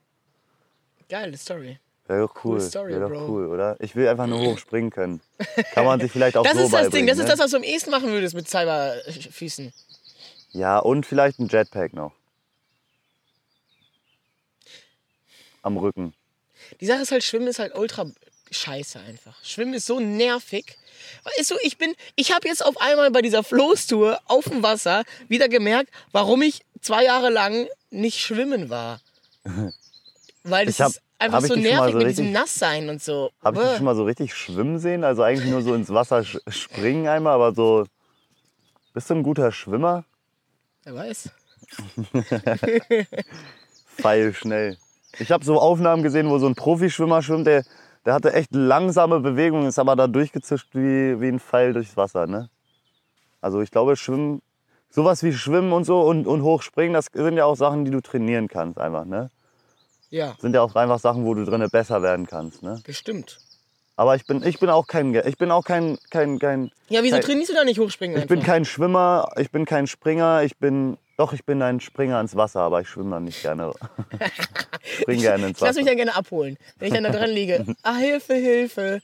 A: Geile Story.
B: Wäre doch cool.
A: Coole Story,
B: Wäre doch
A: Bro.
B: cool, oder? Ich will einfach nur hochspringen können. Kann man sich vielleicht auch
A: Das
B: so
A: ist das Ding,
B: beibringen,
A: das ist
B: ne?
A: das, was du am ehesten machen würdest mit Cyberfüßen.
B: Ja, und vielleicht ein Jetpack noch. Am Rücken.
A: Die Sache ist halt, Schwimmen ist halt ultra scheiße einfach. Schwimmen ist so nervig. Weißt du, ich bin, ich habe jetzt auf einmal bei dieser Floßtour auf dem Wasser wieder gemerkt, warum ich zwei Jahre lang nicht schwimmen war. Weil es
B: Ich hab-
A: ist einfach
B: hab ich
A: so
B: dich schon mal
A: nervig
B: so
A: mit
B: richtig-
A: diesem Nasssein und so.
B: Habe ich
A: Bäh.
B: dich schon mal so richtig schwimmen sehen? Also eigentlich nur so ins Wasser sch- springen einmal, aber so. Bist du ein guter Schwimmer?
A: Wer weiß.
B: Pfeil schnell. Ich habe so Aufnahmen gesehen, wo so ein Profischwimmer schwimmt, der, der hatte echt langsame Bewegungen, ist aber da durchgezischt wie, wie ein Pfeil durchs Wasser. Ne? Also ich glaube, Schwimmen, sowas wie Schwimmen und so und, und Hochspringen, das sind ja auch Sachen, die du trainieren kannst einfach. Ne?
A: Ja,
B: Sind ja auch einfach Sachen, wo du drinne besser werden kannst. Ne?
A: bestimmt.
B: Aber ich bin, ich bin auch kein, Ge- ich bin auch kein, kein, kein,
A: Ja, wieso
B: Kein-
A: trainierst du da nicht hochspringen?
B: ich bin
A: einfach?
B: kein Schwimmer, ich bin kein Springer, ich bin, doch, ich bin ein Springer ins Wasser, aber ich schwimme dann nicht gerne. Ich spring gerne ins
A: Ich lass
B: Wasser.
A: mich dann gerne abholen, wenn ich dann da dran liege. Ah, Hilfe, Hilfe.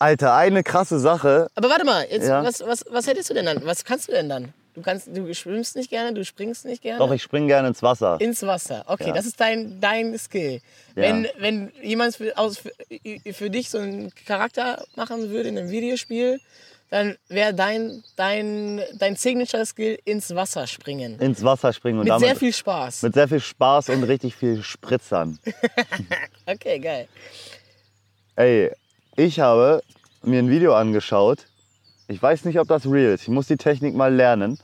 B: Alter, eine krasse Sache.
A: Aber warte mal, jetzt,
B: Ja.
A: was, was, was hättest du denn dann? Was kannst du denn dann? Du, kannst, du schwimmst nicht gerne, du springst nicht gerne.
B: Doch, ich springe gerne ins Wasser.
A: Ins Wasser. Okay,
B: Ja.
A: das ist dein, dein Skill.
B: Ja.
A: Wenn, wenn jemand für, aus, für, für dich so einen Charakter machen würde in einem Videospiel, dann wäre dein, dein, dein Signature-Skill ins Wasser springen.
B: Ins Wasser springen und
A: Mit
B: damit.
A: sehr viel Spaß.
B: mit sehr viel Spaß und richtig viel Spritzern.
A: Okay, geil.
B: Ey, ich habe mir ein Video angeschaut. Ich weiß nicht, ob das real ist. Ich muss die Technik mal lernen.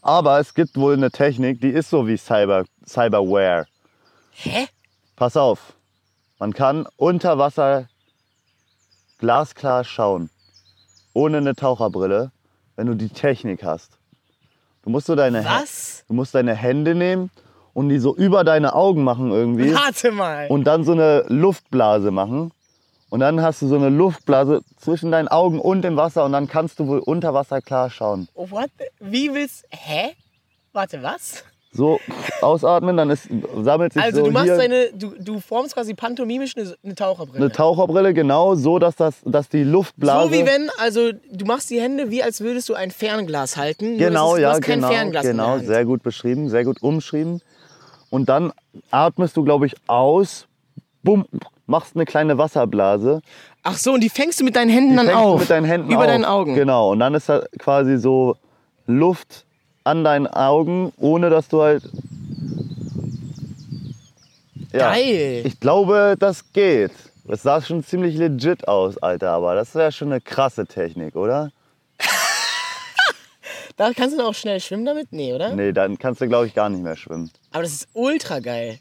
B: Aber es gibt wohl eine Technik, die ist so wie Cyber, Cyberware.
A: Hä?
B: Pass auf. Man kann unter Wasser glasklar schauen. Ohne eine Taucherbrille, wenn du die Technik hast. Du musst so deine Hä-
A: Was?
B: Du musst deine Hände nehmen und die so über deine Augen machen irgendwie
A: Warte mal.
B: und dann so eine Luftblase machen. Und dann hast du so eine Luftblase zwischen deinen Augen und dem Wasser und dann kannst du wohl unter Wasser klar schauen.
A: What? Wie willst. Hä? Warte, was?
B: So ausatmen, dann ist, sammelt sich
A: Also
B: so
A: du machst
B: hier
A: deine. Du, du formst quasi pantomimisch eine, eine Taucherbrille.
B: eine Taucherbrille genau so, dass, das, dass die Luftblase...
A: so wie wenn, also du machst die Hände wie als würdest du ein Fernglas halten.
B: Genau,
A: nur, dass es-
B: ja,
A: du hast kein
B: genau,
A: Fernglas in der
B: genau,
A: Hand.
B: sehr gut beschrieben, sehr gut umschrieben. Und dann atmest du, glaube ich, aus, bumm, machst eine kleine Wasserblase
A: Ach so, und die fängst du mit deinen Händen dann
B: fängst du
A: auf.
B: Mit deinen Händen
A: über
B: auf.
A: deinen Augen.
B: Genau. Und dann ist da quasi so Luft an deinen Augen, ohne dass du halt. Ja.
A: Geil.
B: Ich glaube, das geht. Das sah schon ziemlich legit aus, Alter, aber das wäre schon eine krasse Technik, oder?
A: Da kannst du doch auch schnell schwimmen damit? Nee, oder?
B: Nee, dann kannst du, glaube ich, gar nicht mehr schwimmen.
A: Aber das ist ultra geil.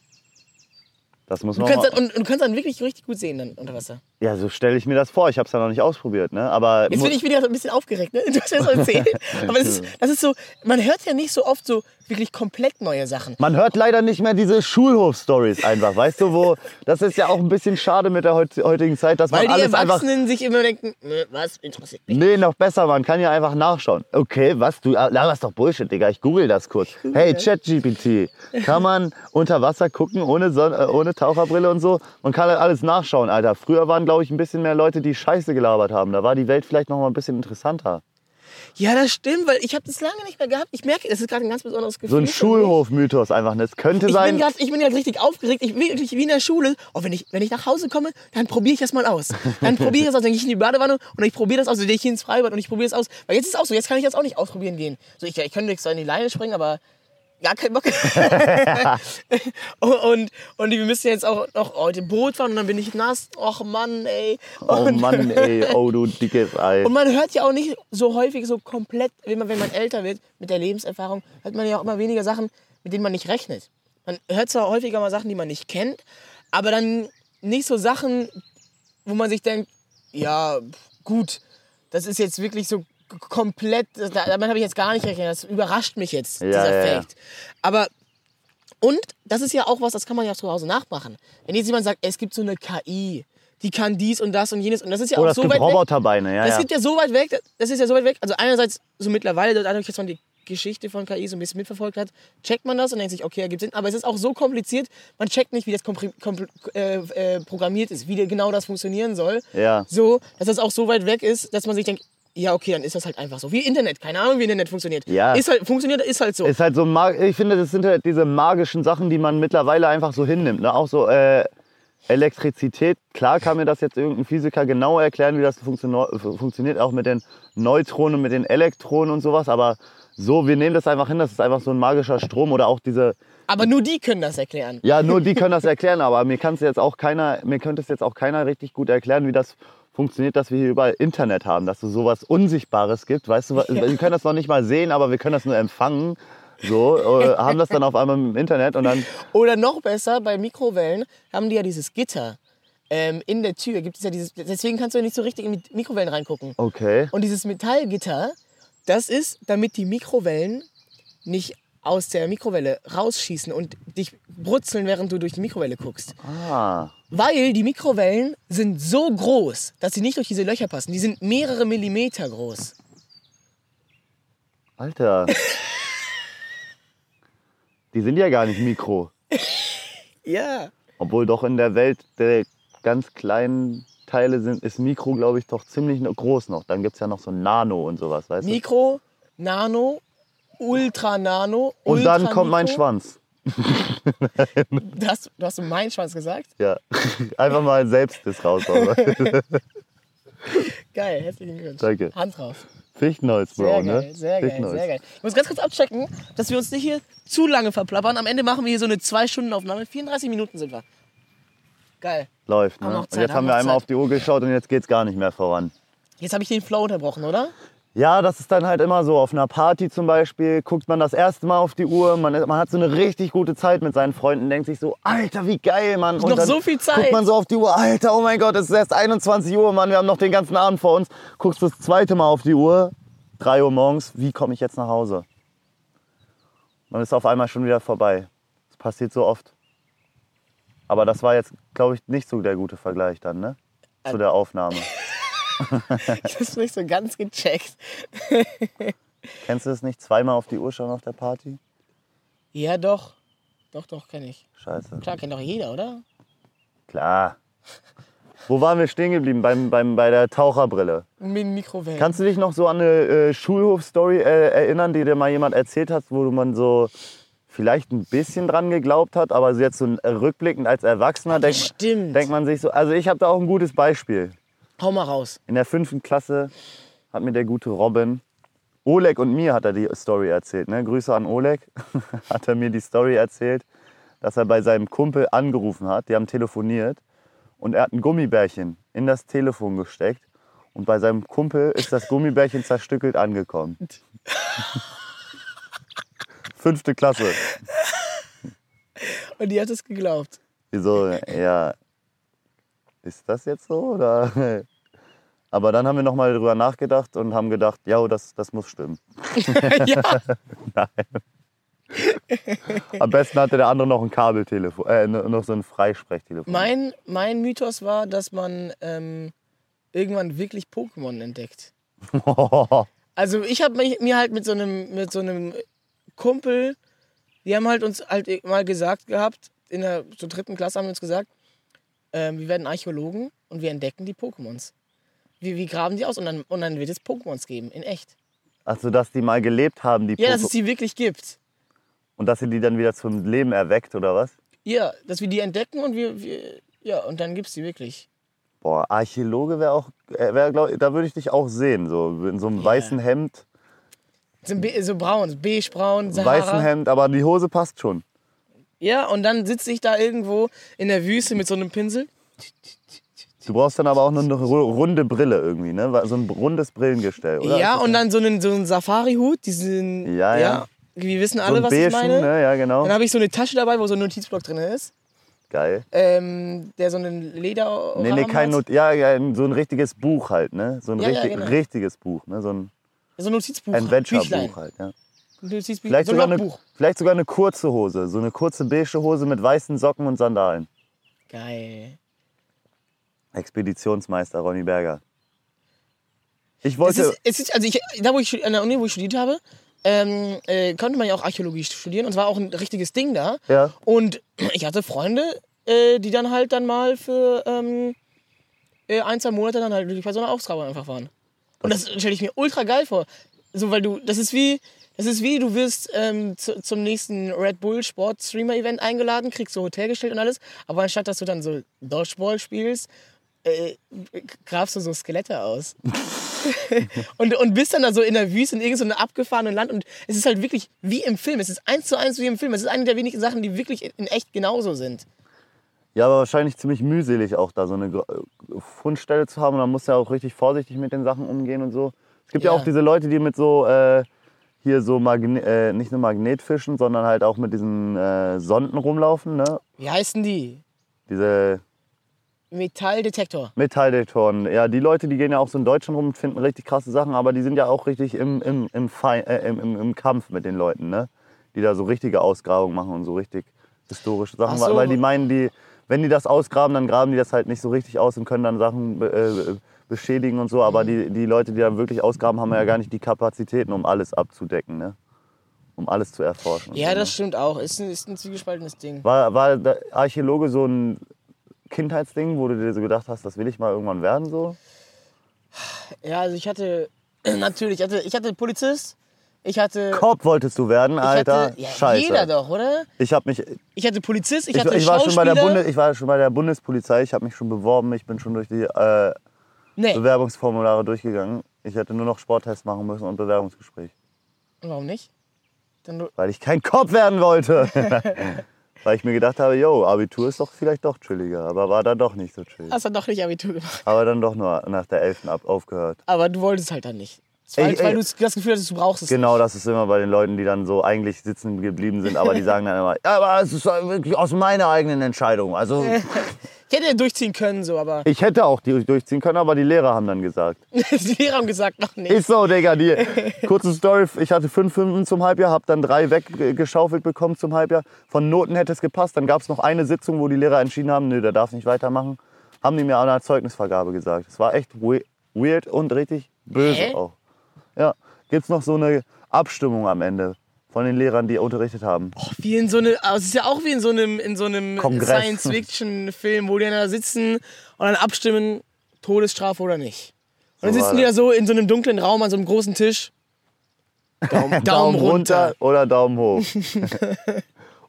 B: Das muss
A: Du
B: man
A: kannst, halt-
B: mal-
A: dann, und, und du kannst dann wirklich richtig gut sehen dann unter Wasser.
B: Ja, so stelle ich mir das vor. Ich habe es ja noch nicht ausprobiert, ne? Aber
A: Jetzt
B: mu-
A: bin ich wieder so ein bisschen aufgeregt, ne? Du hast ja so erzählt. Aber das ist, das ist so, man hört ja nicht so oft so wirklich komplett neue Sachen.
B: man hört leider nicht mehr diese Schulhof-Stories einfach, weißt du, wo das ist ja auch ein bisschen schade mit der heut- heutigen Zeit, dass
A: Weil
B: man
A: die
B: alles einfach
A: Erwachsenen sich immer denken, "Nö, was interessiert mich?
B: Nee, noch besser, man kann ja einfach nachschauen. Okay, was? Du ah, laberst doch Bullshit, Digga. Ich google das kurz. Hey, ChatGPT, kann man unter Wasser gucken ohne, Son äh, ohne Taucherbrille und so? Man kann halt alles nachschauen, Alter. Früher waren, glaube ich, ein bisschen mehr Leute, die Scheiße gelabert haben. Da war die Welt vielleicht noch mal ein bisschen interessanter.
A: Ja, das stimmt, weil ich habe das lange nicht mehr gehabt. Ich merke, das ist gerade ein ganz besonderes Gefühl.
B: So
A: für
B: ein
A: mich.
B: Schulhof-Mythos einfach. ne? Es könnte
A: Ich bin
B: sein,
A: grad, ich bin jetzt richtig aufgeregt. Ich bin wirklich wie in der Schule. Und wenn ich, wenn ich nach Hause komme, dann probiere ich das mal aus. Dann probiere ich das aus. Dann gehe ich in die Badewanne und ich probiere das aus. Dann gehe ich ins Freibad und ich probiere es aus. Weil jetzt ist es auch so. Jetzt kann ich das auch nicht ausprobieren gehen. So, ich, ich könnte jetzt zwar in die Leine springen, aber gar keinen Bock. und, und wir müssen jetzt auch noch heute Boot fahren und dann bin ich nass. Och Mann, ey.
B: oh
A: Und-
B: Mann, ey, oh du dickes Ei.
A: und man hört ja auch nicht so häufig so komplett, wenn man, wenn man älter wird mit der Lebenserfahrung, hört man ja auch immer weniger Sachen, mit denen man nicht rechnet. Man hört zwar häufiger mal Sachen, die man nicht kennt, aber dann nicht so Sachen, wo man sich denkt, ja, pf, gut, das ist jetzt wirklich so k- komplett, das- damit habe ich jetzt gar nicht gerechnet, das überrascht mich jetzt, dieser
B: ja, ja.
A: Fact. Aber und das ist ja auch was, das kann man ja auch zu Hause nachmachen. Wenn jetzt jemand sagt, es gibt so eine KI, die kann dies und das und jenes und das ist ja
B: Oder
A: auch
B: es
A: so
B: gibt
A: weit weg.
B: Roboterbeine, ja,
A: Das
B: ja.
A: geht ja so weit weg, das ist ja so weit weg. Also einerseits so mittlerweile, dadurch, dass man die Geschichte von KI so ein bisschen mitverfolgt hat, checkt man das und denkt sich, okay, ergibt Sinn. Aber es ist auch so kompliziert, man checkt nicht, wie das kompri- kompl- äh, äh, programmiert ist, wie genau das funktionieren soll.
B: Ja.
A: So, dass das auch so weit weg ist, dass man sich denkt, ja, okay, dann ist das halt einfach so. Wie Internet, keine Ahnung, wie Internet funktioniert.
B: Ja.
A: Ist halt, funktioniert, ist halt so.
B: Ist halt so, mag- ich finde, das sind halt diese magischen Sachen, die man mittlerweile einfach so hinnimmt. Ne? Auch so äh, Elektrizität. Klar kann mir das jetzt irgendein Physiker genau erklären, wie das funktio funktioniert, auch mit den Neutronen, mit den Elektronen und sowas. Aber so, wir nehmen das einfach hin, das ist einfach so ein magischer Strom oder auch diese.
A: Aber nur die können das erklären.
B: Ja, nur die können das erklären, aber mir kann es jetzt auch keiner, mir könnte es jetzt auch keiner richtig gut erklären, wie das funktioniert, dass wir hier überall Internet haben, dass es sowas Unsichtbares gibt. Weißt du, wa- wir können das noch nicht mal sehen, aber wir können das nur empfangen. So, äh, haben das dann auf einmal im Internet und dann.
A: Oder noch besser, bei Mikrowellen haben die ja dieses Gitter. Ähm, in der Tür gibt es ja dieses. Deswegen kannst du nicht so richtig in die Mikrowellen reingucken.
B: Okay.
A: Und dieses Metallgitter, das ist, damit die Mikrowellen nicht aus der Mikrowelle rausschießen und dich brutzeln, während du durch die Mikrowelle guckst.
B: Ah.
A: Weil die Mikrowellen sind so groß, dass sie nicht durch diese Löcher passen. Die sind mehrere Millimeter groß.
B: Alter. Die sind ja gar nicht Mikro.
A: Ja.
B: Obwohl doch in der Welt der ganz kleinen Teile sind, ist Mikro, glaube ich, doch ziemlich no- groß noch. Dann gibt es ja noch so Nano und sowas, weißt du?
A: Mikro, Nano, Ultra Nano.
B: Und dann kommt mein
A: Ultramikro.
B: Schwanz.
A: Das, du hast meinen Schwanz gesagt?
B: Ja. Einfach mal selbst das raus. aber.
A: Geil, herzlichen Glückwunsch.
B: Danke.
A: Hand drauf.
B: Fichtenholz,
A: Sehr
B: Bro,
A: geil,
B: ne?
A: sehr geil,
B: Fichtenholz.
A: sehr geil. Ich muss ganz kurz abchecken, dass wir uns nicht hier zu lange verplappern. Am Ende machen wir hier so eine 2-Stunden-Aufnahme. 34 Minuten sind wir. Geil.
B: Läuft,
A: Haben
B: ne?
A: noch
B: Und
A: Zeit,
B: jetzt
A: haben
B: haben wir
A: noch
B: einmal
A: Zeit.
B: auf die Uhr geschaut und jetzt geht's gar nicht mehr voran.
A: Jetzt habe ich den Flow unterbrochen, oder?
B: Ja, das ist dann halt immer so. Auf einer Party zum Beispiel guckt man das erste Mal auf die Uhr, man, man hat so eine richtig gute Zeit mit seinen Freunden, denkt sich so, Alter, wie geil, Mann. Und
A: Noch
B: dann
A: so viel Zeit.
B: Guckt man so auf die Uhr, Alter, oh mein Gott, es ist erst 21 Uhr, Mann, wir haben noch den ganzen Abend vor uns. Guckst das zweite Mal auf die Uhr, 3 Uhr morgens, wie komme ich jetzt nach Hause? Man ist auf einmal schon wieder vorbei. Das passiert so oft. Aber das war jetzt, glaube ich, nicht so der gute Vergleich dann, ne?
A: Äh.
B: Zu der Aufnahme.
A: Ich habe nicht so ganz gecheckt.
B: Kennst du es nicht? Zweimal auf die Uhr schauen auf der Party?
A: Ja, doch. Doch, doch, kenne ich.
B: Scheiße.
A: Klar, kennt doch jeder, oder?
B: Klar. Wo waren wir stehen geblieben? Beim, beim, bei der Taucherbrille.
A: Mit Mikrowellen.
B: Kannst du dich noch so an eine äh, Schulhof-Story äh, erinnern, die dir mal jemand erzählt hat, wo man so vielleicht ein bisschen dran geglaubt hat, aber jetzt so äh, rückblickend als Erwachsener denkt,
A: Stimmt.
B: denkt man sich so. Also ich habe da auch ein gutes Beispiel.
A: Hau mal raus.
B: In der fünften Klasse hat mir der gute Robin, Oleg und mir hat er die Story erzählt. Ne? Grüße an Oleg, hat er mir die Story erzählt, dass er bei seinem Kumpel angerufen hat. Die haben telefoniert und er hat ein Gummibärchen in das Telefon gesteckt. Und bei seinem Kumpel ist das Gummibärchen zerstückelt angekommen. Fünfte Klasse.
A: Und die hat es geglaubt.
B: Wieso? Ja. Ist das jetzt so? Oder? Aber dann haben wir nochmal drüber nachgedacht und haben gedacht, ja, das, das muss stimmen.
A: ja,
B: Am besten hatte der andere noch ein Kabeltelefon, äh, noch so ein Freisprechtelefon.
A: mein, mein Mythos war, dass man ähm, irgendwann wirklich Pokémon entdeckt. Also ich habe mir halt mit so einem mit so einem Kumpel, die haben halt uns halt mal gesagt gehabt, in der zur dritten Klasse haben wir uns gesagt, ähm, wir werden Archäologen und wir entdecken die Pokémons. Wir, wir graben die aus und dann, und dann wird es Pokémons geben, in echt.
B: Also, dass die mal gelebt haben, die
A: Ja, dass
B: Poké-
A: es die wirklich gibt.
B: Und dass ihr die dann wieder zum Leben erweckt, oder was?
A: Ja, dass wir die entdecken und wir, wir ja, und dann gibt es die wirklich.
B: Boah, Archäologe wäre auch, äh, wär, glaub, da würde ich dich auch sehen, so in so einem weißen Hemd.
A: So, ein be- so braun, beige-braun,
B: Weißen
A: Sahara.
B: Hemd, aber die Hose passt schon.
A: Ja, und dann sitze ich da irgendwo in der Wüste mit so einem Pinsel.
B: Du brauchst dann aber auch nur eine ru- runde Brille irgendwie, ne? Weil So ein rundes Brillengestell, oder?
A: ja,
B: Ist das
A: und dann so einen, so einen Safari-Hut, diesen,
B: Ja, ja.
A: wir wissen
B: so
A: alle,
B: ein
A: was
B: beigen,
A: ich meine.
B: Ne? Ja, genau.
A: Dann habe ich so eine Tasche dabei, wo so ein Notizblock drin ist,
B: Geil.
A: ähm, der so einen Leder
B: Nee, nee, kein
A: hat.
B: Not ja, ja, so ein richtiges Buch halt, ne? So ein
A: Ja, ja,
B: richtig,
A: genau.
B: richtiges Buch, ne? So ein
A: So ein Notizbuch.
B: Adventure-Buch
A: Büchlein.
B: halt, ja.
A: Notizbüch.
B: Vielleicht,
A: so ein
B: sogar eine,
A: Logbuch.
B: vielleicht sogar eine kurze Hose, so eine kurze beige Hose mit weißen Socken und Sandalen.
A: Geil.
B: Expeditionsmeister Ronny Berger. Ich
A: Es
B: wollte.
A: ist, es ist, also ich, da, wo ich stud- an der Uni, wo ich studiert habe, ähm, äh, konnte man ja auch Archäologie studieren und es war auch ein richtiges Ding da.
B: Ja.
A: Und ich hatte Freunde, äh, die dann halt dann mal für ähm, äh, ein, zwei Monate dann halt wirklich bei so einer Ausgrabung einfach waren. Und das stelle ich mir ultra geil vor. So, weil du, das ist wie, das ist wie, du wirst ähm, zu, zum nächsten Red Bull Sport Streamer Event eingeladen, kriegst so Hotel gestellt und alles, aber anstatt dass du dann so Dodgeball spielst, äh, grabst du so Skelette aus. und, und bist dann da so in der Wüste in irgendeinem abgefahrenen Land und es ist halt wirklich wie im Film. Es ist eins zu eins wie im Film. Es ist eine der wenigen Sachen, die wirklich in echt genauso sind.
B: Ja, aber wahrscheinlich ziemlich mühselig auch da so eine gro- äh, Fundstelle zu haben. Und dann musst du ja auch richtig vorsichtig mit den Sachen umgehen und so. Es gibt ja,
A: Ja.
B: auch diese Leute, die mit so äh, hier so Magne äh, nicht nur Magnetfischen, sondern halt auch mit diesen äh, Sonden rumlaufen, ne?
A: Wie heißen die?
B: Diese
A: Metalldetektor.
B: Metalldetektoren. Ja, die Leute, die gehen ja auch so in Deutschland rum und finden richtig krasse Sachen, aber die sind ja auch richtig im, im, im, Fein, äh, im, im, im Kampf mit den Leuten, ne? Die da so richtige Ausgrabungen machen und so richtig historische Sachen.
A: Ach so.
B: Weil- Weil die meinen, die, wenn die das ausgraben, dann graben die das halt nicht so richtig aus und können dann Sachen be- äh, beschädigen und so.
A: Mhm.
B: Aber die, die Leute, die da wirklich ausgraben, haben ja gar nicht die Kapazitäten, um alles abzudecken, ne? Um alles zu erforschen. und
A: Ja,
B: so, ne?
A: das stimmt auch. Ist ein, ist ein zwiegespaltenes Ding.
B: War, war der Archäologe so ein Kindheitsding, wo du dir so gedacht hast, das will ich mal irgendwann werden, so?
A: Ja, also ich hatte natürlich, ich hatte, ich hatte Polizist, ich hatte.
B: Cop wolltest du werden,
A: ich
B: Alter.
A: hatte ja,
B: Scheiße.
A: Jeder doch, oder?
B: Ich habe mich
A: Ich hatte Polizist, ich
B: ich,
A: hatte
B: ich war schon bei der
A: Schauspieler.
B: Bunde, ich war schon bei der Bundespolizei, ich habe mich schon beworben, ich bin schon durch die äh,
A: Nee,
B: Bewerbungsformulare durchgegangen. Ich hätte nur noch Sporttest machen müssen und Bewerbungsgespräch,
A: warum nicht? Dann, du-
B: weil ich kein Cop werden wollte. weil ich mir gedacht habe, yo, Abitur ist doch vielleicht doch chilliger, aber war dann doch nicht so chillig.
A: hast du doch nicht Abitur gemacht.
B: Aber dann doch nur nach der 11. Ab aufgehört.
A: Aber du wolltest halt dann nicht. Es war
B: Ey,
A: halt, weil
B: ey.
A: du das Gefühl hattest, du brauchst es.
B: Genau, das ist immer bei den Leuten, die dann so eigentlich sitzen geblieben sind, aber die sagen dann immer, ja, aber es ist wirklich aus meiner eigenen Entscheidung. Also
A: Ich hätte ja durchziehen können, so, aber
B: Ich hätte auch die durchziehen können, aber die Lehrer haben dann gesagt.
A: die Lehrer haben gesagt, noch nicht.
B: Ist so, Digga. Die, kurze Story. Ich hatte fünf Fünfen zum Halbjahr, hab dann drei weggeschaufelt bekommen zum Halbjahr. Von Noten hätte es gepasst. Dann gab es noch eine Sitzung, wo die Lehrer entschieden haben, nö, der darf nicht weitermachen. Haben die mir an der Zeugnisvergabe gesagt. Es war echt we weird und richtig böse
A: Hä?
B: auch. Ja, gibt's noch so eine Abstimmung am Ende von den Lehrern, die unterrichtet haben.
A: Wie in so eine, aber es ist ja auch wie in so einem, in so einem
B: Kongress.
A: Science-Fiction-Film, wo die dann da sitzen und dann abstimmen, Todesstrafe oder nicht. Und dann
B: So war
A: sitzen die da
B: das.
A: so in so einem dunklen Raum an so einem großen Tisch. Daumen, Daumen runter.
B: oder Daumen hoch.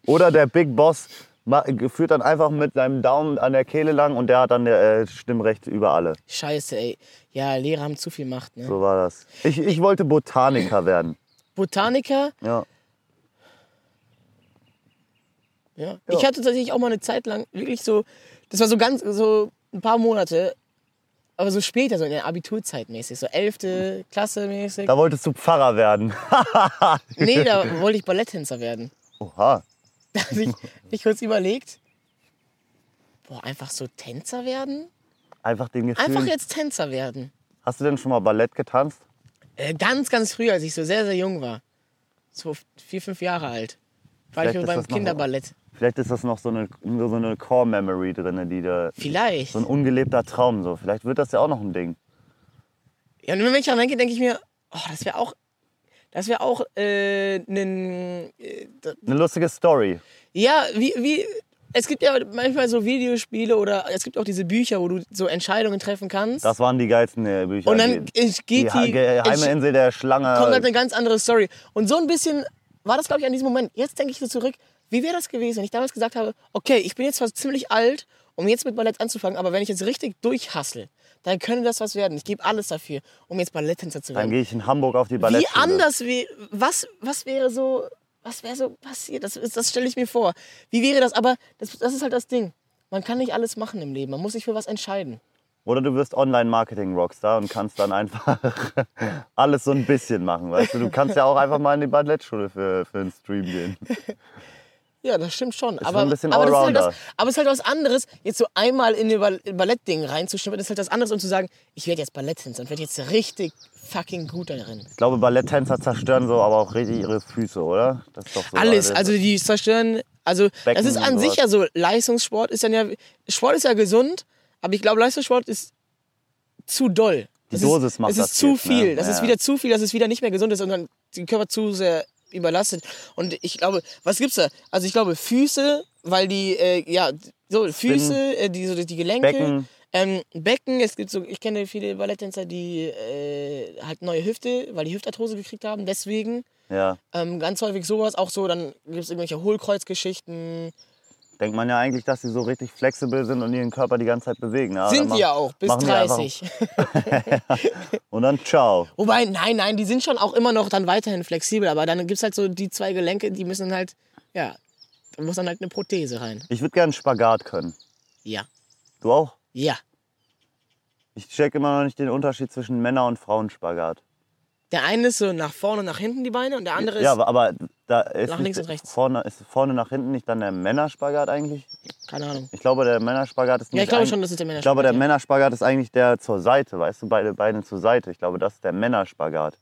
B: oder der Big Boss ma- führt dann einfach mit seinem Daumen an der Kehle lang und der hat dann der, äh, Stimmrecht über alle.
A: Scheiße, ey. Ja, Lehrer haben zu viel Macht, ne?
B: So war das. Ich, ich wollte Botaniker werden.
A: Botaniker,
B: Ja.
A: Ja. Ich hatte tatsächlich auch mal eine Zeit lang wirklich so, das war so ganz, so ein paar Monate, aber so später, so in der Abiturzeit mäßig, so 11. Klasse mäßig.
B: Da wolltest du Pfarrer werden.
A: Nee, da wollte ich Balletttänzer werden.
B: Oha.
A: Da habe ich, ich kurz überlegt, boah, einfach so Tänzer werden?
B: Einfach den Gefühl.
A: Einfach jetzt Tänzer werden.
B: Hast du denn schon mal Ballett getanzt?
A: Äh, ganz, ganz früh, als ich so sehr, sehr jung war. So vier, fünf Jahre alt. War
B: Vielleicht
A: ich
B: ist
A: beim
B: das noch-
A: Kinderballett.
B: Vielleicht ist das noch so eine, nur so eine Core-Memory drin, die da.
A: Vielleicht.
B: So ein ungelebter Traum. So. Vielleicht wird das ja auch noch ein Ding.
A: Ja, und wenn ich daran denke, denke ich mir, oh, das wäre auch, das wäre auch äh, nen- äh, d-
B: Eine lustige Story.
A: ja, wie, wie, es gibt ja manchmal so Videospiele oder es gibt auch diese Bücher, wo du so Entscheidungen treffen kannst.
B: Das waren die geilsten äh, Bücher.
A: und dann
B: die,
A: äh,
B: die
A: geht
B: Ge-
A: die,
B: geheime
A: entsch-
B: Insel der Schlange.
A: kommt halt eine ganz andere Story. Und so ein bisschen war das, glaube ich, an diesem Moment. Jetzt denke ich so zurück, wie wäre das gewesen, wenn ich damals gesagt habe, okay, ich bin jetzt zwar ziemlich alt, um jetzt mit Ballett anzufangen, aber wenn ich jetzt richtig durchhassel, dann könnte das was werden. Ich gebe alles dafür, um jetzt Balletttänzer zu
B: dann
A: werden.
B: gehe ich in Hamburg auf die
A: Wie
B: Ballettschule.
A: anders wär, was, was wäre so, was wäre so passiert? Das, ist- das stelle ich mir vor. Wie wäre das? Aber das, das ist halt das Ding. Man kann nicht alles machen im Leben. Man muss sich für was entscheiden.
B: Oder du wirst Online-Marketing-Rockstar und kannst dann einfach alles so ein bisschen machen. Weißt du, du kannst ja auch einfach mal in die Ballettschule für, für einen Stream gehen.
A: Ja, das stimmt schon.
B: schon
A: aber,
B: ein bisschen
A: aber, das ist halt das,
B: Allrounder.
A: aber es ist halt was anderes, jetzt so einmal in den Ball- Ballettding reinzuschnuppern, das ist halt das anderes, um zu sagen, ich werde jetzt Balletttänzer und werde jetzt richtig fucking gut darin.
B: Ich glaube, Balletttänzer zerstören so aber auch richtig ihre Füße, oder? Das ist doch so
A: Alles,
B: alles.
A: also die zerstören, also
B: Becken
A: das ist an
B: und
A: sich ja so, Leistungssport ist dann ja, Sport ist ja gesund, aber ich glaube, Leistungssport ist zu doll.
B: Die
A: Das
B: Dosis
A: ist,
B: macht
A: Es
B: das
A: ist zu
B: Gift, ne?
A: viel, das
B: Ja.
A: ist wieder zu viel, das ist wieder nicht mehr gesund ist und dann den Körper zu sehr überlastet. Und ich glaube, was gibt's da? Also ich glaube, Füße, weil die, äh, ja, so Füße, äh, die, so die Gelenke.
B: Becken.
A: Ähm, Becken, es gibt so, ich kenne viele Balletttänzer, die äh, halt neue Hüfte, weil die Hüftarthrose gekriegt haben, deswegen.
B: Ja,
A: Ähm, ganz häufig sowas, auch so, dann gibt es irgendwelche Hohlkreuzgeschichten.
B: denkt man ja eigentlich, dass sie so richtig flexibel sind und ihren Körper die ganze Zeit bewegen. Ja, Ah, dann
A: sind
B: mach-
A: die ja auch, bis
B: machen die einfach-
A: 30.
B: Und dann ciao.
A: Wobei, nein, nein, die sind schon auch immer noch dann weiterhin flexibel, aber dann gibt es halt so die zwei Gelenke, die müssen halt, ja, da muss dann halt eine Prothese rein.
B: Ich würde gerne Spagat können.
A: Ja,
B: Du auch?
A: ja.
B: Ich check immer noch nicht den Unterschied zwischen Männer- und Frauenspagat.
A: Der eine ist so nach vorne und nach hinten die Beine und der andere ist,
B: Ja, aber- aber da ist
A: Nach
B: nicht-
A: links und rechts.
B: Vorne, ist vorne nach hinten nicht dann der Männerspagat eigentlich?
A: keine Ahnung.
B: Ich glaube, der Männerspagat ist nicht
A: Ja, ich glaube
B: ein-
A: schon, das ist der Männer.
B: Ich glaube, der Männerspagat ist eigentlich der zur Seite, weißt du, beide Beine zur Seite. Ich glaube, das ist der Männerspagat.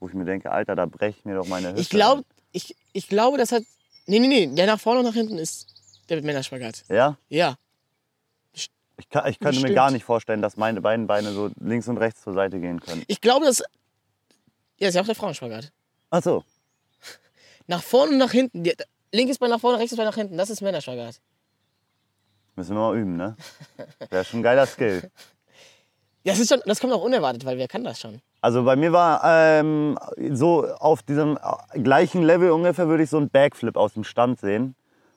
B: Wo ich mir denke, Alter, da brech mir doch meine Hüfte.
A: Ich glaube, ich, ich glaube, das hat. Nee, nee, nee, der nach vorne und nach hinten ist der mit Männerspagat.
B: ein. Ja?
A: Ja.
B: Ich, kann, ich könnte mir
A: Bestimmt.
B: gar nicht vorstellen, dass meine beiden Beine so links und rechts zur Seite gehen können.
A: Ich glaube, das. Ja, ist ja auch der Frauenspagat.
B: Ach so.
A: Nach vorne und nach hinten. Die- Linkes Bein nach vorne, rechtes Bein nach hinten. Das ist Männerspagat.
B: Müssen wir mal üben, ne? Wäre schon ein geiler Skill.
A: Ja, Das, ist schon, das kommt auch unerwartet, weil wer kann das schon?
B: Also bei mir war ähm, so auf diesem äh, gleichen Level ungefähr würde ich so einen Backflip aus dem Stand sehen.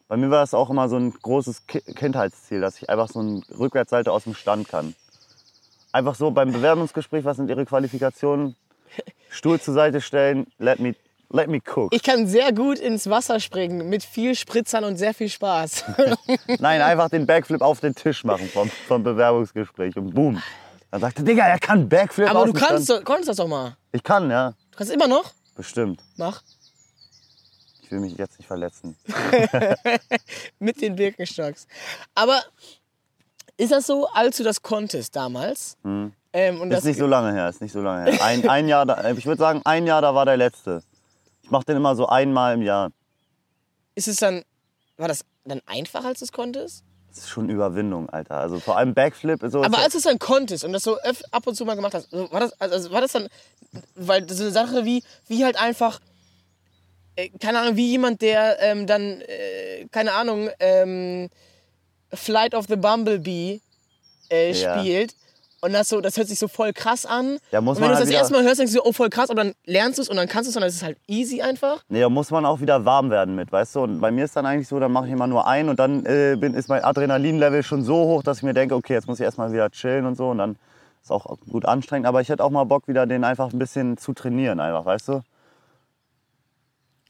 B: Bei mir war das auch immer so ein großes Ki Kindheitsziel, dass ich einfach so einen Rückwärtssalto aus dem Stand kann. Einfach so beim Bewerbungsgespräch, was sind Ihre Qualifikationen? Stuhl zur Seite stellen, let me, let me cook.
A: Ich kann sehr gut ins Wasser springen mit viel Spritzern und sehr viel Spaß.
B: Nein, einfach den Backflip auf den Tisch machen vom, vom Bewerbungsgespräch und boom. Dann sagt er, Digga, er kann Backflip
A: Aber
B: aus
A: du
B: dem
A: kannst,
B: Stand.
A: doch- konntest das doch mal.
B: Ich kann, ja,
A: Du kannst immer noch.
B: bestimmt.
A: Mach.
B: Ich will mich jetzt nicht verletzen.
A: Mit den Birkenstocks. Aber ist das so, als du das konntest damals? Ähm, und
B: Hm. Ist
A: das
B: nicht so lange her, ist nicht so lange her. Ein, ein Jahr, da, ich würde sagen, ein Jahr, da war der letzte. Ich mache den immer so einmal im Jahr.
A: ist es dann, war das dann einfach, als du es konntest?
B: Das ist schon Überwindung, Alter. Also vor allem Backflip. ist So
A: Aber als du es dann konntest und das so öff- ab und zu mal gemacht hast, so war das, also also war das dann, weil so eine Sache wie, wie halt einfach, äh, keine Ahnung, wie jemand, der ähm, dann, äh, keine Ahnung, ähm, Flight of the Bumblebee äh,
B: Ja.
A: spielt. Und das, so, das hört sich so voll krass an.
B: Da muss
A: und wenn
B: man
A: du
B: halt
A: das
B: wieder-
A: erste Mal hörst, denkst du, oh voll krass, aber dann lernst du es und dann kannst du es und dann ist es halt easy einfach.
B: nee, da muss man auch wieder warm werden mit, weißt du? Und bei mir ist dann eigentlich so, dann mache ich immer nur einen und dann äh, bin, ist mein Adrenalinlevel schon so hoch, dass ich mir denke, okay, jetzt muss ich erstmal wieder chillen und so. Und dann ist auch gut anstrengend. Aber ich hätte auch mal Bock, wieder den einfach ein bisschen zu trainieren, einfach, weißt du?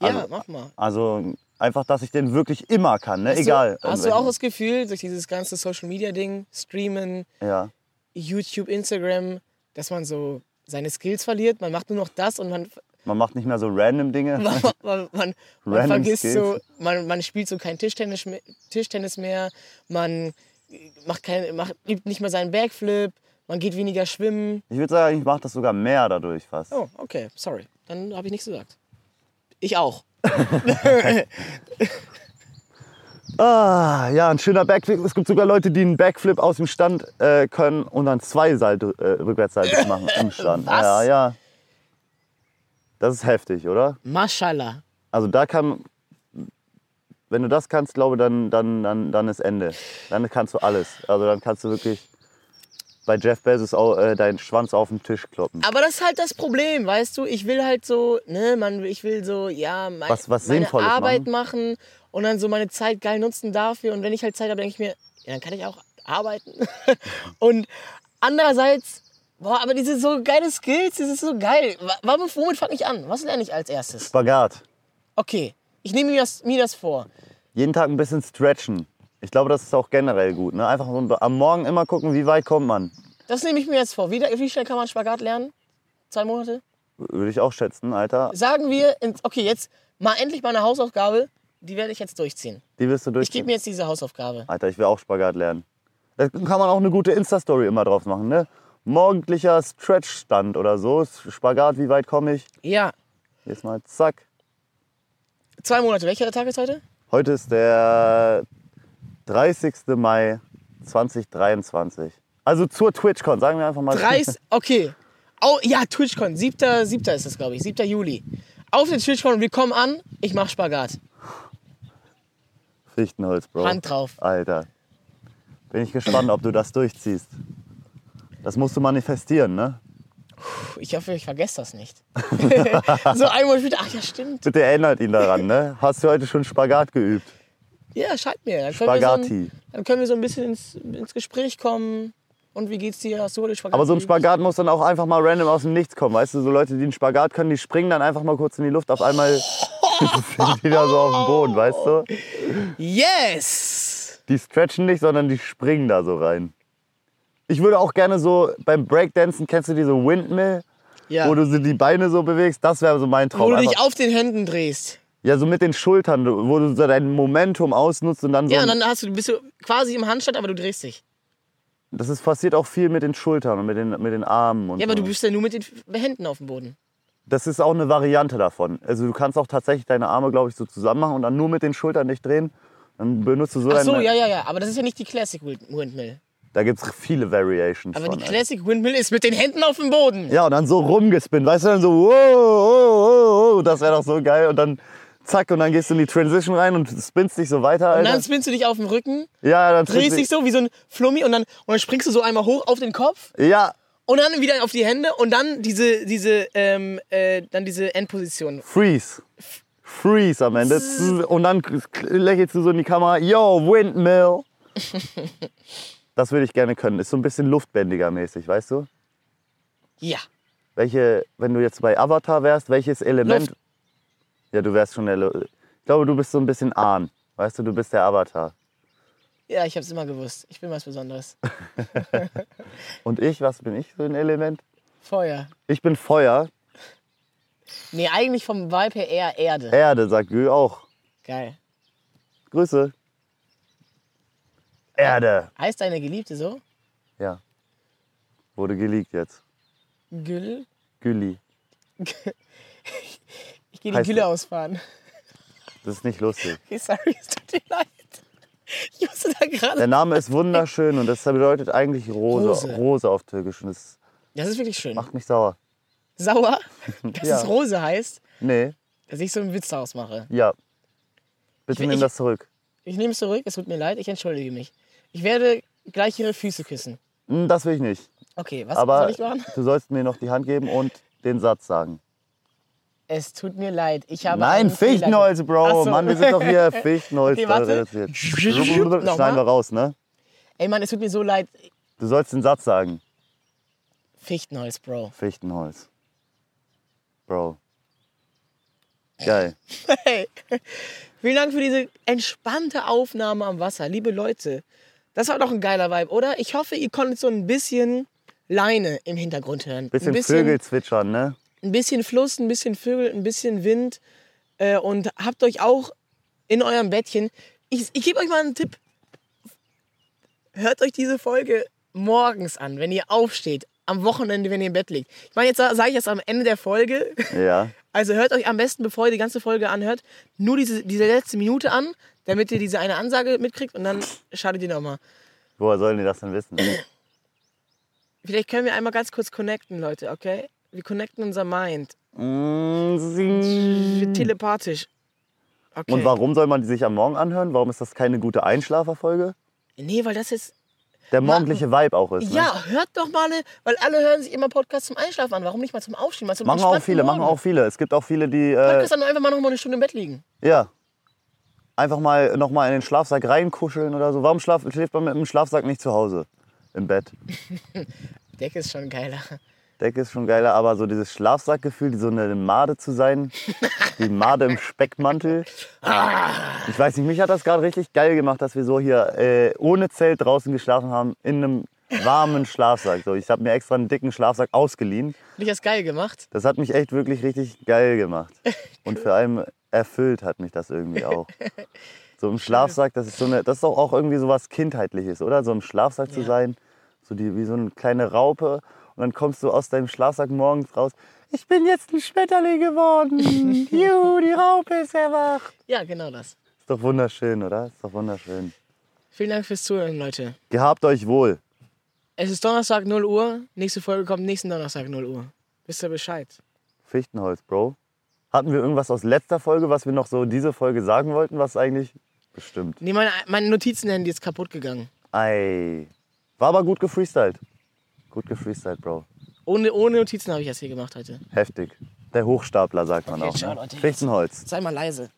A: Ja,
B: Also-
A: mach mal.
B: Also Einfach, dass ich den wirklich immer kann, ne?
A: Hast
B: egal.
A: Du, hast du auch das Gefühl, durch dieses ganze Social-Media-Ding, Streamen,
B: ja.
A: YouTube, Instagram, dass man so seine Skills verliert? Man macht nur noch das und man,
B: Man macht nicht mehr so random Dinge.
A: man, man, man, man
B: Random
A: vergisst
B: Skills.
A: so, man, man spielt so kein Tischtennis, me- Tischtennis mehr, man macht kein, macht, übt nicht mehr seinen Backflip, man geht weniger schwimmen.
B: Ich würde sagen, ich mache das sogar mehr dadurch fast.
A: Oh, okay, sorry. Dann habe ich nichts gesagt. Ich auch.
B: Ah, ja, ein schöner Backflip. Es gibt sogar Leute, die einen Backflip aus dem Stand äh, können und dann zwei Seite, äh, Rückwärtsseite machen im Stand.
A: Was?
B: Ja, ja. Das ist heftig, oder?
A: Mashallah.
B: Also da kann, wenn du das kannst, glaube dann dann dann dann ist Ende. Dann kannst du alles. Also dann kannst du wirklich bei Jeff Bezos auch, äh, deinen Schwanz auf den Tisch kloppen.
A: Aber das ist halt das Problem, weißt du? Ich will halt so, ne, man, ich will so, ja, mein,
B: Was- was
A: meine
B: Sinnvolles
A: Arbeit machen. und dann so meine Zeit geil nutzen dafür. Und wenn ich halt Zeit habe, denke ich mir, ja, dann kann ich auch arbeiten. und andererseits, boah, aber diese so geile Skills, das ist so geil. Wa- Warum, womit fange ich an? Was lerne ich als erstes?
B: Spagat.
A: Okay, ich nehme mir das, mir das vor.
B: Jeden Tag ein bisschen stretchen. Ich glaube, das ist auch generell gut. Ne? Einfach so am Morgen immer gucken, wie weit kommt man.
A: Das nehme ich mir jetzt vor. Wie, wie schnell kann man Spagat lernen? Zwei Monate?
B: Würde ich auch schätzen, Alter.
A: Sagen wir, in, okay, jetzt mal endlich meine Hausaufgabe, die werde ich jetzt durchziehen.
B: Die wirst du durch.
A: Ich gebe mir jetzt diese Hausaufgabe.
B: Alter, ich will auch Spagat lernen. Da kann man auch eine gute Insta-Story immer drauf machen, ne? Morgendlicher Stretch-Stand oder so. Spagat, wie weit komme ich?
A: Ja,
B: Jetzt mal zack.
A: zwei Monate. Welcher Tag ist heute?
B: Heute ist der 30. Mai 2023. Also zur TwitchCon, sagen wir einfach mal.
A: Dreis, okay. Oh, ja, TwitchCon. 7. 7. ist es, glaube ich. 7. Juli. Auf den TwitchCon, wir kommen an. Ich mache Spagat.
B: Fichtenholz, Bro.
A: Hand drauf.
B: Alter. Bin ich gespannt, ob du das durchziehst. Das musst du manifestieren, ne?
A: Puh, ich hoffe, ich vergesse das nicht. so einmal wieder. Ach ja, stimmt.
B: Bitte erinnert ihn daran, ne? Hast du heute schon Spagat geübt?
A: Ja, schreibt mir. Dann können, wir so ein,
B: Spagati.
A: dann können wir so ein bisschen ins, ins Gespräch kommen. Und wie geht's dir? Hast du heute Spagat?
B: Aber so ein
A: geübt?
B: Spagat muss dann auch einfach mal random aus dem Nichts kommen. Weißt du, so Leute, die einen Spagat können, die springen dann einfach mal kurz in die Luft. Auf einmal sind die da so auf dem Boden, weißt du?
A: Yes!
B: Die stretchen nicht, sondern die springen da so rein. Ich würde auch gerne so beim Breakdancen, kennst du diese Windmill,
A: Ja.
B: wo du so die Beine so bewegst? Das wäre so mein Traum.
A: Wo du dich
B: Einfach-
A: auf den Händen drehst.
B: ja, so mit den Schultern, wo du so dein Momentum ausnutzt und dann so.
A: Ja,
B: ein-
A: und dann hast du, bist du quasi im Handstand, aber du drehst dich.
B: das ist, passiert auch viel mit den Schultern und mit den, mit den Armen. Und
A: Ja, aber
B: so.
A: du bist ja nur mit den Händen auf dem Boden.
B: Das ist auch eine Variante davon. Also du kannst auch tatsächlich deine Arme, glaube ich, so zusammen machen und dann nur mit den Schultern dich drehen. Dann benutzt du so
A: Ach so,
B: deine.
A: ja, ja, ja. Aber das ist ja nicht die Classic Wind- Windmill.
B: Da gibt es viele Variations.
A: Aber
B: von,
A: die
B: ey.
A: Classic Windmill ist mit den Händen auf dem Boden.
B: Ja, und dann so rumgespinnt. Weißt du, dann so, wow, wow, wow, wow, das wäre doch so geil. Und dann zack, und dann gehst du in die Transition rein und spinnst dich so weiter,
A: Und
B: Alter.
A: dann spinnst du dich auf dem Rücken,
B: ja, dann
A: drehst dich
B: spinnst
A: so wie so ein Flummi und dann, und dann springst du so einmal hoch auf den Kopf
B: du- Ja,
A: und dann wieder auf die Hände und dann diese, diese, ähm, äh, dann diese Endposition.
B: freeze. Freeze am Ende. Und dann lächelst du so in die Kamera, yo, Windmill. das würde ich gerne können. Ist so ein bisschen luftbändiger mäßig, weißt du?
A: Ja.
B: Welche, wenn du jetzt bei Avatar wärst, welches Element.
A: Luft.
B: Ja, du wärst schon der. Lu- Ich glaube, du bist so ein bisschen Ahn. Weißt du, du bist der Avatar.
A: Ja, ich hab's immer gewusst. Ich bin was Besonderes.
B: Und ich, was bin ich für ein Element?
A: Feuer.
B: Ich bin Feuer.
A: Nee, eigentlich vom Vibe her eher Erde.
B: Erde, sagt Gül auch.
A: Geil.
B: Grüße. Erde.
A: Heißt deine Geliebte so?
B: Ja. Wurde geleakt jetzt.
A: Gül?
B: Güli.
A: Ich gehe die
B: Heißt
A: Gülle
B: sie.
A: ausfahren.
B: Das ist nicht lustig.
A: Okay, sorry, es tut mir leid. Ich musste da
B: Der
A: gerade.
B: Name ist wunderschön und das bedeutet eigentlich Rose.
A: Rose.
B: Rose, auf Türkisch. Und das
A: Das ist wirklich schön.
B: macht mich sauer.
A: Sauer, dass
B: Ja.
A: es Rose heißt,
B: Nee,
A: dass ich so einen Witz daraus mache.
B: ja. Bitte
A: Ich-
B: nimm
A: ich-
B: das zurück.
A: Ich nehme es zurück, es tut mir leid, ich entschuldige mich. Ich werde gleich ihre Füße küssen.
B: Hm, Das will ich nicht.
A: Okay, was
B: Aber
A: soll ich machen?
B: du sollst mir noch die Hand geben und den Satz sagen.
A: Es tut mir leid, ich habe.
B: Nein,
A: einen Fehler ge-
B: Fichtenholz, Bro.
A: Ach so.
B: Mann, wir sind doch hier Fichtenholz.
A: Okay, warte.
B: reduziert.
A: Nochmal.
B: Schneiden wir raus, ne?
A: Ey, Mann, es tut mir so leid.
B: Du sollst den Satz sagen.
A: Fichtenholz, Bro.
B: Fichtenholz. Bro. Geil.
A: Hey. Vielen Dank für diese entspannte Aufnahme am Wasser, liebe Leute. Das war doch ein geiler Vibe, oder? Ich hoffe, ihr konntet so ein bisschen Leine im Hintergrund hören.
B: Bisschen,
A: ein
B: Vögel zwitschern, ne?
A: ein bisschen Fluss, ein bisschen Vögel, ein bisschen Wind äh, und habt euch auch in eurem Bettchen. Ich, ich gebe euch mal einen Tipp. Hört euch diese Folge morgens an, wenn ihr aufsteht, am Wochenende, wenn ihr im Bett liegt. Ich meine, jetzt sage ich das am Ende der Folge.
B: Ja.
A: Also hört euch am besten, bevor ihr die ganze Folge anhört, nur diese, diese letzte Minute an, damit ihr diese eine Ansage mitkriegt und dann schadet ihr nochmal.
B: Woher sollen die das denn wissen?
A: Vielleicht können wir einmal ganz kurz connecten, Leute, okay? Wir connecten unser Mind.
B: Mm, sing.
A: Telepathisch. Okay.
B: Und warum soll man die sich am Morgen anhören? Warum ist das keine gute Einschlaferfolge?
A: Nee, weil das jetzt.
B: Der morgendliche Vibe auch ist. Ne?
A: Ja, hört doch mal, ne, weil alle hören sich immer Podcasts zum Einschlafen an. Warum nicht mal zum Aufstehen? Mal zum
B: Machen auch
A: entspannten
B: viele, machen
A: Morgen?
B: auch viele. Es gibt auch viele, die. Äh,
A: Podcast dann einfach mal noch mal eine Stunde im Bett liegen.
B: ja. Einfach mal nochmal in den Schlafsack reinkuscheln oder so. Warum schlaf, schläft man mit dem Schlafsack nicht zu Hause? Im Bett.
A: Decke ist schon geiler.
B: Decke ist schon geiler, aber so dieses Schlafsackgefühl, so eine Made zu sein, die Made im Speckmantel. Ich weiß nicht, mich hat das gerade richtig geil gemacht, dass wir so hier äh, ohne Zelt draußen geschlafen haben, in einem warmen Schlafsack. So, ich habe mir extra einen dicken Schlafsack ausgeliehen.
A: Hab ich das geil gemacht?
B: Das hat mich echt wirklich richtig geil gemacht. Und vor allem erfüllt hat mich das irgendwie auch. So im Schlafsack, das ist so eine, das ist doch auch irgendwie so was Kindheitliches, oder? So im Schlafsack zu
A: Ja.
B: sein, so die, wie so eine kleine Raupe. Und dann kommst du aus deinem Schlafsack morgens raus. Ich bin jetzt ein Schmetterling geworden. Juhu, die Raupe ist erwacht.
A: Ja, genau das.
B: Ist doch wunderschön, oder? Ist doch wunderschön.
A: Vielen Dank fürs Zuhören, Leute.
B: Gehabt euch wohl.
A: Es ist Donnerstag 0 Uhr. Nächste Folge kommt nächsten Donnerstag 0 Uhr. Wisst ihr Bescheid?
B: Fichtenholz, Bro. Hatten wir irgendwas aus letzter Folge, was wir noch so diese Folge sagen wollten, was eigentlich bestimmt.
A: Nee, meine, meine Notizen-Handy ist kaputt gegangen.
B: Ei. War aber gut gefreestylt. Gut gefreestylt, Bro.
A: Ohne, ohne Notizen habe ich das hier gemacht heute.
B: Heftig. Der Hochstapler sagt man
A: Okay,
B: auch.
A: ciao,
B: Ne?
A: Leute.
B: Fichtenholz.
A: Sei mal leise.